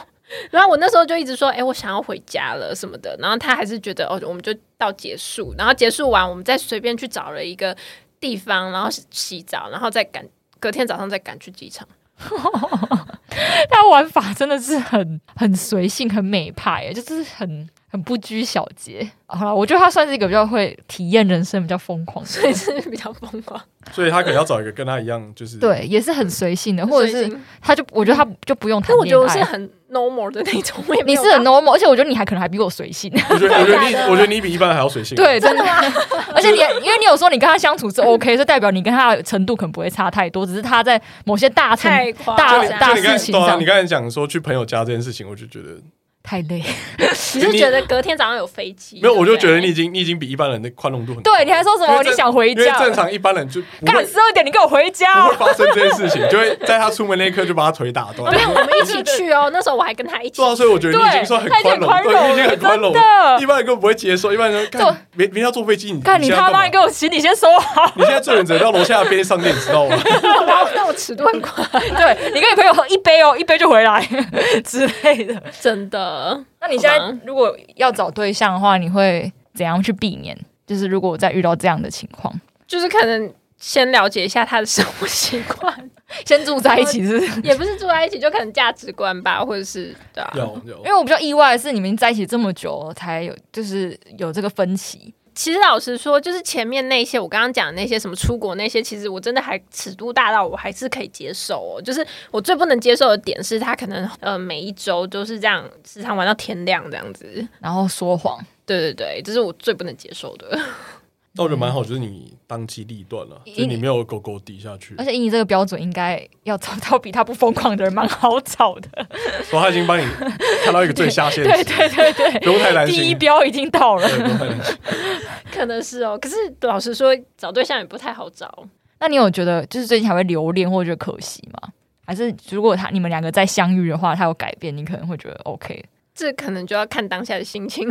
[SPEAKER 3] 然后我那时候就一直说，哎、我想要回家了什么的，然后他还是觉得，哦，我们就到结束，然后结束完，我们再随便去找了一个地方，然后洗澡，然后再赶隔天早上再赶去机 场。
[SPEAKER 2] 他玩法真的是很很随性、很美派，欸就是很很不拘小节。好了，我觉得他算是一个比较会体验人生、比较疯狂的人，
[SPEAKER 3] 所以是比较疯狂，
[SPEAKER 1] 所以他可能要找一个跟他一样，就是
[SPEAKER 2] 对，也是很随性的，或者
[SPEAKER 3] 所以已
[SPEAKER 2] 是
[SPEAKER 3] 经，
[SPEAKER 2] 他就我觉得他就不用谈
[SPEAKER 3] 但我觉得
[SPEAKER 2] 恋
[SPEAKER 3] 我是
[SPEAKER 2] 爱。啊
[SPEAKER 3] 很 normal 的那种，我也没
[SPEAKER 2] 你
[SPEAKER 3] 有
[SPEAKER 2] 是很
[SPEAKER 3] 到
[SPEAKER 2] normal，而且我觉得你还可能还比我 随性，
[SPEAKER 1] 我觉得我觉得你
[SPEAKER 3] 真的假的
[SPEAKER 1] 我觉得你比一般人还要随性。啊
[SPEAKER 2] 对，真的。 而且你，因为你有说你跟他相处 是 OK，所以代表你跟他的程度可能不会差太多，只是他在某些大程
[SPEAKER 3] 太夸
[SPEAKER 1] 就
[SPEAKER 2] 大
[SPEAKER 1] 你
[SPEAKER 3] 张，
[SPEAKER 2] 大
[SPEAKER 1] 就你刚才
[SPEAKER 2] 事情
[SPEAKER 1] 对啊，
[SPEAKER 2] 上
[SPEAKER 1] 你刚才讲说去朋友家这件事情，我就觉得
[SPEAKER 2] 太累。
[SPEAKER 3] 你是觉得隔天早上有飞机？
[SPEAKER 1] 没有，我就
[SPEAKER 3] 对不
[SPEAKER 1] 觉
[SPEAKER 3] 对
[SPEAKER 1] 得你已经你已经比一般人的宽容度很高
[SPEAKER 2] 对，你还说什
[SPEAKER 1] 因
[SPEAKER 2] 么？
[SPEAKER 1] 为
[SPEAKER 2] 你
[SPEAKER 1] 正
[SPEAKER 2] 想回
[SPEAKER 1] 因为
[SPEAKER 2] 家？
[SPEAKER 1] 正常一般人就不
[SPEAKER 2] 干
[SPEAKER 1] 会
[SPEAKER 2] 十二点，你给我回家
[SPEAKER 1] 不会
[SPEAKER 2] 哦！
[SPEAKER 1] 发生这件事情，就会在他出门那一刻就把他腿打断
[SPEAKER 3] 哦，。没有，我们一起去哦。那时候我还跟他一起
[SPEAKER 1] 对，啊，所以我觉得你已经算很宽容，
[SPEAKER 2] 对
[SPEAKER 1] 对，
[SPEAKER 2] 他
[SPEAKER 1] 你
[SPEAKER 2] 已
[SPEAKER 1] 已经
[SPEAKER 2] 经
[SPEAKER 1] 很
[SPEAKER 2] 很
[SPEAKER 1] 宽
[SPEAKER 2] 宽
[SPEAKER 1] 容了。
[SPEAKER 2] 容了真的
[SPEAKER 1] 一般人根本不会接受，一般人说
[SPEAKER 2] 对
[SPEAKER 1] 干明明天要坐飞机，你
[SPEAKER 2] 看你
[SPEAKER 1] 现在
[SPEAKER 2] 他
[SPEAKER 1] 干嘛
[SPEAKER 2] 妈，你给我行李先收好。
[SPEAKER 1] 你现在最远只能到楼下的便利商店，你知道吗？
[SPEAKER 3] 然后那我尺度很宽，
[SPEAKER 2] 对你跟你朋友喝一杯哦，一杯就回来 之类的。
[SPEAKER 3] 真的。
[SPEAKER 2] 那你现
[SPEAKER 3] 好吧
[SPEAKER 2] 在如果要找对象的话，你会怎样去避免？就是如果我再遇到这样的情况，
[SPEAKER 3] 就是可能先了解一下他的生活习惯，
[SPEAKER 2] 先住在一起是不是？
[SPEAKER 3] 也不是住在一起，就可能价值观吧，或者是对啊。
[SPEAKER 1] 有有
[SPEAKER 2] 因，为我比较意外的是，你们在一起这么久才有，就是有这个分歧。
[SPEAKER 3] 其实老实说，就是前面那些我刚刚讲的那些什么出国那些，其实我真的还尺度大到我还是可以接受哦。就是我最不能接受的点是他可能呃每一周都是这样时常玩到天亮这样子。
[SPEAKER 2] 然后说谎，
[SPEAKER 3] 对对对，这是我最不能接受的。
[SPEAKER 1] 那我觉得蛮好，就是你当机立断了，就是你没有狗狗抵下去
[SPEAKER 2] 而，且以你这个标准，应该要找到比他不疯狂的人，蛮好找的。
[SPEAKER 1] 所以他已经帮 你看到一个最下限，
[SPEAKER 2] 对对对对，
[SPEAKER 1] 不用太担
[SPEAKER 2] 第一
[SPEAKER 1] 心。
[SPEAKER 2] 标已经到了。
[SPEAKER 1] 对不用太担心
[SPEAKER 3] 可能是哦，可是老实说，找对象也不太好找。
[SPEAKER 2] 那你有觉得就是最近还会留恋或者觉得可惜吗？还是如果他你们两个再相遇的话，他有改变，你可能会觉得 OK，
[SPEAKER 3] 这可能就要看当下的心情。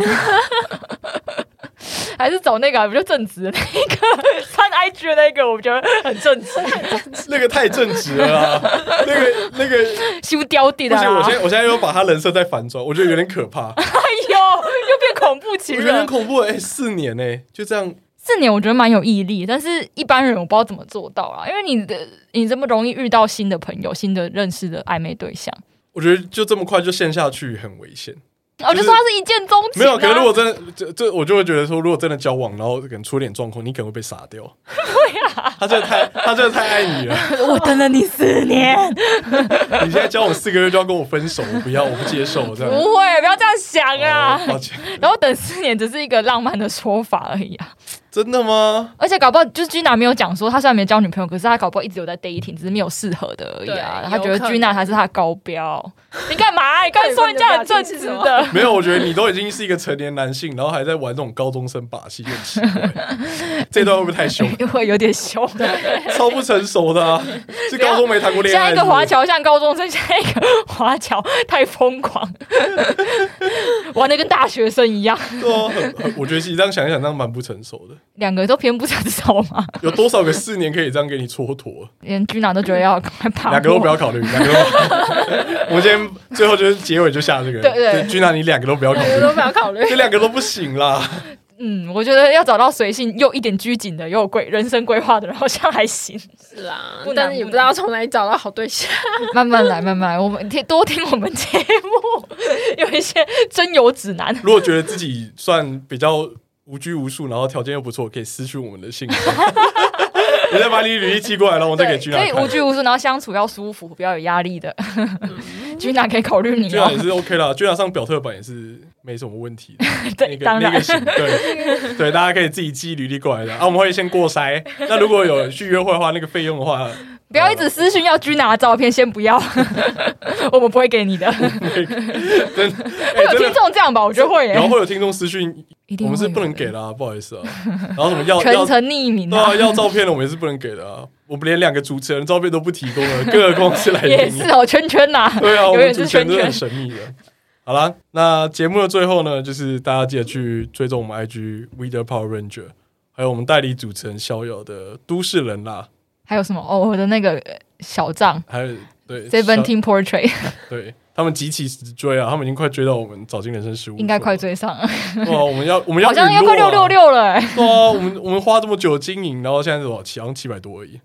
[SPEAKER 2] 还是找那个啊比较正直的那个看 IG 的那个，我觉得很正直，
[SPEAKER 1] 那个太正直了啊，那个那个，
[SPEAKER 2] 修雕地
[SPEAKER 1] 不
[SPEAKER 2] 的、
[SPEAKER 1] 行，我
[SPEAKER 2] 啊。
[SPEAKER 1] 现在我现在又把他人设再反转，我觉得有点可 怕，我
[SPEAKER 2] 哎呦，又变恐怖情
[SPEAKER 1] 觉得很
[SPEAKER 2] 人。
[SPEAKER 1] 恐怖。哎，四年哎，就这样，
[SPEAKER 2] 四年我觉得蛮有毅力，但是一般人我不知道怎么做到啦，因为你的你这么容易遇到新的朋友、新的认识的暧昧对象，
[SPEAKER 1] 我觉得就这么快就陷下去很危险。
[SPEAKER 2] 哦我就说他是一见钟情、啊。
[SPEAKER 1] 没有，可能如果真的这这，我就会觉得说，如果真的交往，然后可能出点状况，你可能会被杀掉。对啊，他真的太他真的太爱 你了。
[SPEAKER 2] 我等了你四年，
[SPEAKER 1] 你现在交往四个月就要跟我分手，我不要，我不接受这 样。
[SPEAKER 2] 不会，不要这样想啊。
[SPEAKER 1] 哦抱歉，
[SPEAKER 2] 然后等四年只是一个浪漫的说法而已啊，
[SPEAKER 1] 真的吗？
[SPEAKER 2] 而且搞不好就是 Gina 没有讲说，他虽然没交女朋友，可是他搞不好一直有在 dating，只是没有适合的而已啊。
[SPEAKER 3] 对
[SPEAKER 2] 他觉得
[SPEAKER 3] 有可能
[SPEAKER 2] Gina 才是他的高标，你干嘛、啊你刚才说人家很正直的，
[SPEAKER 1] 没有，我觉得你都已经是一个成年男性，然后还在玩这种高中生把戏，就很奇 怪。这段会不会太凶？
[SPEAKER 2] 会有点凶。
[SPEAKER 1] 超不成熟的、啊，是高中没谈过 恋
[SPEAKER 2] 下
[SPEAKER 1] 爱。
[SPEAKER 2] 一个华
[SPEAKER 1] 是
[SPEAKER 2] 侨像高中生，下一个华侨太疯 狂，玩的跟大学生一样，
[SPEAKER 1] 不是对啊，很很我觉得其实这样想一想，这样蛮不成熟的。
[SPEAKER 2] 两个都偏不成熟嘛，
[SPEAKER 1] 有多少个四年可以这样给你蹉跎？
[SPEAKER 2] 连 Gina 都觉得要赶快爬。
[SPEAKER 1] 两个都不要考虑，两个 都不要。我今天最后就是结尾就下这个，
[SPEAKER 2] 对对
[SPEAKER 1] 君娜你两个都不要考
[SPEAKER 3] 我
[SPEAKER 1] 虑，
[SPEAKER 3] 都不要考虑。
[SPEAKER 1] 这两个都不行啦。
[SPEAKER 2] 嗯，我觉得要找到随性又一点拘谨的，又有规人生规划的人，好像还行。
[SPEAKER 3] 是啊
[SPEAKER 2] 不，难
[SPEAKER 3] 但是也不知道从哪里找到好对象。
[SPEAKER 2] 慢慢来，慢慢来，我们听多听我们节目， 有一些真有指南。
[SPEAKER 1] 如果觉得自己算比较无拘无束，然后条件又不错，可以私讯我们的信箱。你再把你履历寄过来，然后我再给君娜
[SPEAKER 2] 可以无
[SPEAKER 1] 看。
[SPEAKER 2] 拘无束，嗯然后相处要舒服，不要有压力的。 君娜可以考虑你
[SPEAKER 1] 君
[SPEAKER 2] 哦
[SPEAKER 1] 娜也。是 OK 啦，君娜上表特版也是没什么问题的。
[SPEAKER 2] 对，
[SPEAKER 1] 那个
[SPEAKER 2] 当
[SPEAKER 1] 那
[SPEAKER 2] 然
[SPEAKER 1] 个。型，对对，大家可以自己寄履历过来的啊，我们会先过筛。那如果有去约会的话，那个费用的话，
[SPEAKER 2] 不要一直私讯要居拿的照片，先 不要，我们不会给你的。
[SPEAKER 1] 真
[SPEAKER 2] 会
[SPEAKER 1] 哎
[SPEAKER 2] 有
[SPEAKER 1] 真
[SPEAKER 2] 听
[SPEAKER 1] 的，
[SPEAKER 2] 众这样吧？我觉得会耶
[SPEAKER 1] 然后，会有听众私讯，
[SPEAKER 2] 一定
[SPEAKER 1] 我们
[SPEAKER 2] 会
[SPEAKER 1] 是不能
[SPEAKER 2] 有的
[SPEAKER 1] 给啦，不好意思啊。然后什 么要
[SPEAKER 2] 全
[SPEAKER 1] 要
[SPEAKER 2] 程匿名
[SPEAKER 1] 对
[SPEAKER 2] 啊
[SPEAKER 1] 啊，，要照片的我们也是不能给的啊，我们连两个主持人的照片都不提供了，更 何况是来
[SPEAKER 2] 也
[SPEAKER 1] 宾
[SPEAKER 2] 是。哦，圈圈呐，
[SPEAKER 1] 啊 对啊，我
[SPEAKER 2] 永
[SPEAKER 1] 们
[SPEAKER 2] 远
[SPEAKER 1] 主
[SPEAKER 2] 是
[SPEAKER 1] 持人
[SPEAKER 2] 圈
[SPEAKER 1] 都是
[SPEAKER 2] 圈
[SPEAKER 1] 很。神秘的。好啦，那节目的最后呢，就是大家记得去追踪我们 IG Weather Power Ranger，还有我们代理主持人逍遥的都市人啦，
[SPEAKER 2] 还有什么？哦，我的那个呃小账
[SPEAKER 1] 还有对
[SPEAKER 2] Seventeen Portrait
[SPEAKER 1] 对他们极其追啊，他们已经快追到我们早进人生十五，
[SPEAKER 2] 应该快追上了，
[SPEAKER 1] 啊哇！我们要我们要
[SPEAKER 2] 好像
[SPEAKER 1] 陨
[SPEAKER 2] 要
[SPEAKER 1] 落
[SPEAKER 2] 快
[SPEAKER 1] 啊
[SPEAKER 2] 六六，六了耶，
[SPEAKER 1] 对啊，我们我们花这么久经营，然后现在是多少？好像七百多而 已，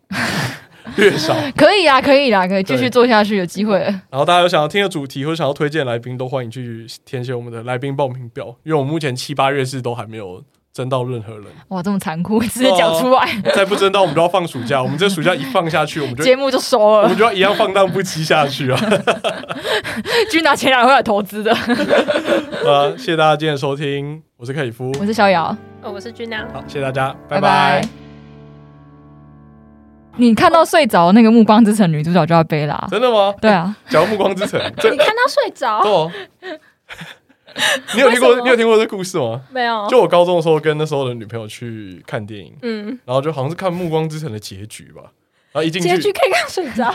[SPEAKER 1] 略少。
[SPEAKER 2] 可以
[SPEAKER 1] 啊
[SPEAKER 2] 啦，可以啦，可以继续
[SPEAKER 1] 对
[SPEAKER 2] 做下去，有机会了。
[SPEAKER 1] 然后大家有想要听的主题或者想要推荐的来宾，都欢迎去填写我们的来宾报名表，因为我们目前七八月是都还没有征到任何人，
[SPEAKER 2] 哇，这么残酷，直
[SPEAKER 1] 啊
[SPEAKER 2] 接讲出来，
[SPEAKER 1] 再不征到我们都要放暑假，我们这暑假一放下去，我们就
[SPEAKER 2] 节目就收
[SPEAKER 1] 我
[SPEAKER 2] 了
[SPEAKER 1] 们。就要一样放荡不羁下去啊！
[SPEAKER 2] 居拿前两会来投资的，
[SPEAKER 1] 啊，谢谢大家今天的收听，我是克里夫，
[SPEAKER 2] 我是逍遥，
[SPEAKER 3] 哦，我是君娜。
[SPEAKER 1] 好，谢谢大家，拜
[SPEAKER 2] 拜拜。你看到睡着那个《暮光之城》女主角就要背啦，
[SPEAKER 1] 真的吗？哎
[SPEAKER 2] 对啊，
[SPEAKER 1] 讲到暮光之城，这
[SPEAKER 3] 你看他睡着
[SPEAKER 1] 哦， 你有听
[SPEAKER 3] 为什
[SPEAKER 1] 过
[SPEAKER 3] 么
[SPEAKER 1] 你有听过这故事吗？
[SPEAKER 3] 没有？
[SPEAKER 1] 就我高中的时候，跟那时候的女朋友去看电影，
[SPEAKER 3] 嗯，
[SPEAKER 1] 然后就好像是看《暮光之城》的结局吧，然后一进
[SPEAKER 3] 结局
[SPEAKER 1] 去，
[SPEAKER 3] 可以看睡 着。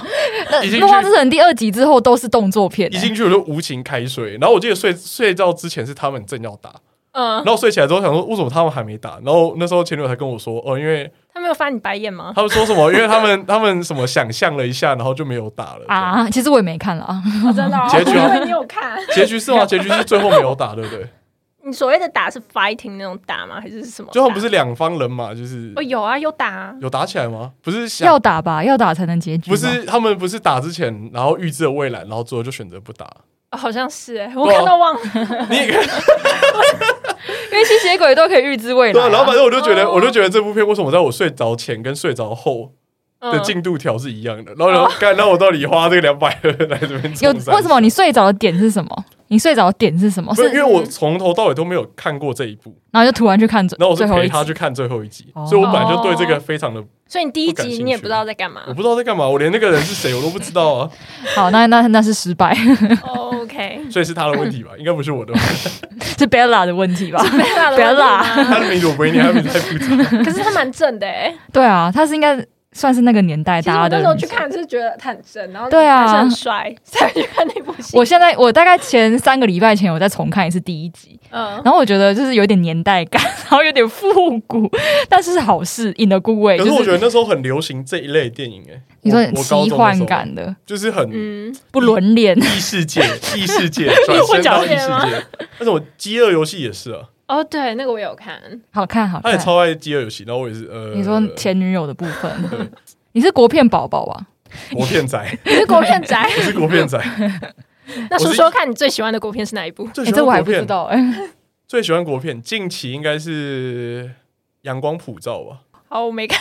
[SPEAKER 2] 那
[SPEAKER 1] 已
[SPEAKER 2] 《
[SPEAKER 1] 经
[SPEAKER 2] 啊暮光
[SPEAKER 1] 去
[SPEAKER 2] 之城》第二集之后都是动作片
[SPEAKER 1] 一
[SPEAKER 2] 欸，
[SPEAKER 1] 进去我就无情开睡，然后我记得睡睡觉之前是他们正要打，
[SPEAKER 3] 嗯
[SPEAKER 1] 然，后睡起来之后想说为什么他们还没打，然后那时候前女友才跟我说，哦，因为
[SPEAKER 3] 他没有翻你白眼吗？
[SPEAKER 1] 他们说什么，因为他们他们什么想象了一下，然后就没有打了。啊，
[SPEAKER 2] 啊，其实我也没看了啊。
[SPEAKER 3] 哦真的哦，
[SPEAKER 1] 结 局啊
[SPEAKER 3] 我以为你有看。
[SPEAKER 1] 结局是吗？结局是最后没有打，对不对？
[SPEAKER 3] 你所谓的打是 fighting 那种打吗？还是什么打？
[SPEAKER 1] 最后不是两方人嘛，就是
[SPEAKER 3] 哦，有啊，有打啊。
[SPEAKER 1] 有打起来吗？不是想
[SPEAKER 2] 要打吧，要打才能结局。
[SPEAKER 1] 不，是他们不是打之前，然后预知了未来，然后最后就选择不打。
[SPEAKER 3] 哦好像是哎，
[SPEAKER 1] 啊
[SPEAKER 3] 我看到忘了。
[SPEAKER 1] 你也
[SPEAKER 2] 因为吸血鬼都可以预知未来、
[SPEAKER 1] 对啊，
[SPEAKER 2] 啊。
[SPEAKER 1] 然后反正我就觉得，
[SPEAKER 3] 哦
[SPEAKER 1] 我就觉得这部片为什么在我睡着前跟睡着后的
[SPEAKER 3] 嗯
[SPEAKER 1] 进度条是一样的？然后然后干，那我到底花这个两百来这边
[SPEAKER 2] 哦有
[SPEAKER 1] 冲三
[SPEAKER 2] 为什么你睡着的点是什么？你睡着的点是什么？
[SPEAKER 1] 不
[SPEAKER 2] 是
[SPEAKER 1] 是因为我从头到尾都没有看过这一部，
[SPEAKER 2] 然后就突然去看最
[SPEAKER 1] 然后我是
[SPEAKER 2] 最后
[SPEAKER 1] 陪
[SPEAKER 2] 一
[SPEAKER 1] 他
[SPEAKER 2] 集，
[SPEAKER 1] 去看最后一集，
[SPEAKER 2] 哦
[SPEAKER 1] 所以我本来就对这个非常的，
[SPEAKER 3] 所以你第一
[SPEAKER 1] 不感兴
[SPEAKER 3] 集
[SPEAKER 1] 趣
[SPEAKER 3] 你也不知道在干嘛。
[SPEAKER 1] 我不知道在干嘛，我连那个人是谁我都不知道 啊，
[SPEAKER 2] 好，那那那是失败，
[SPEAKER 3] 哦 OK，
[SPEAKER 1] 所以是他的问题吧，应该不是我的问题，
[SPEAKER 2] 是 Bella 的问题吧？
[SPEAKER 3] 不要
[SPEAKER 2] 不要啦
[SPEAKER 1] 他的名字我不会念，他的名字太复 杂。
[SPEAKER 3] 啊可是他蛮正 的哎。
[SPEAKER 2] 对啊，他是应该算是那个年代
[SPEAKER 3] 其实
[SPEAKER 2] 大
[SPEAKER 3] 我
[SPEAKER 2] 家
[SPEAKER 3] 那时候
[SPEAKER 2] 的
[SPEAKER 3] 去。看是觉得他很正，然后
[SPEAKER 2] 对啊
[SPEAKER 3] 还是很帅，才去看那部戏。
[SPEAKER 2] 我现在我大概前三个礼拜前我再重看一次第一集，
[SPEAKER 3] 嗯，
[SPEAKER 2] 然后我觉得就是有点年代感， 然后有点复古，但是是好事，in a good way。
[SPEAKER 1] 可
[SPEAKER 2] 就是
[SPEAKER 1] 我
[SPEAKER 2] 是
[SPEAKER 1] 觉得那时候很流行这一类电影，哎，
[SPEAKER 2] 你说
[SPEAKER 1] 我
[SPEAKER 2] 很
[SPEAKER 1] 我高中
[SPEAKER 2] 奇
[SPEAKER 1] 的时
[SPEAKER 2] 幻
[SPEAKER 1] 候
[SPEAKER 2] 感的，
[SPEAKER 1] 就是很
[SPEAKER 3] 嗯，
[SPEAKER 2] 不伦恋，
[SPEAKER 1] 异 世界，异世界转身到异世界，那种饥饿游戏也是啊，
[SPEAKER 3] 哦，对，那个我有看，
[SPEAKER 2] 好看好
[SPEAKER 1] 他
[SPEAKER 2] 看
[SPEAKER 1] 也。超爱饥饿游戏，然后我也是呃，
[SPEAKER 2] 你说前女友的部
[SPEAKER 1] 对
[SPEAKER 2] 分， 你是国片宝宝啊？
[SPEAKER 1] 国片 仔，
[SPEAKER 3] 你是国片宅。
[SPEAKER 1] 不是国片仔，
[SPEAKER 3] 那说说看你最喜欢的国片是哪一部？
[SPEAKER 1] 最
[SPEAKER 2] 哎、
[SPEAKER 1] 喜欢
[SPEAKER 2] 这我还
[SPEAKER 1] 国
[SPEAKER 2] 不知
[SPEAKER 1] 片，
[SPEAKER 2] 道哎、
[SPEAKER 1] 最喜欢国片，近期应该是《阳光普照》 吧。
[SPEAKER 3] 哦，我没看，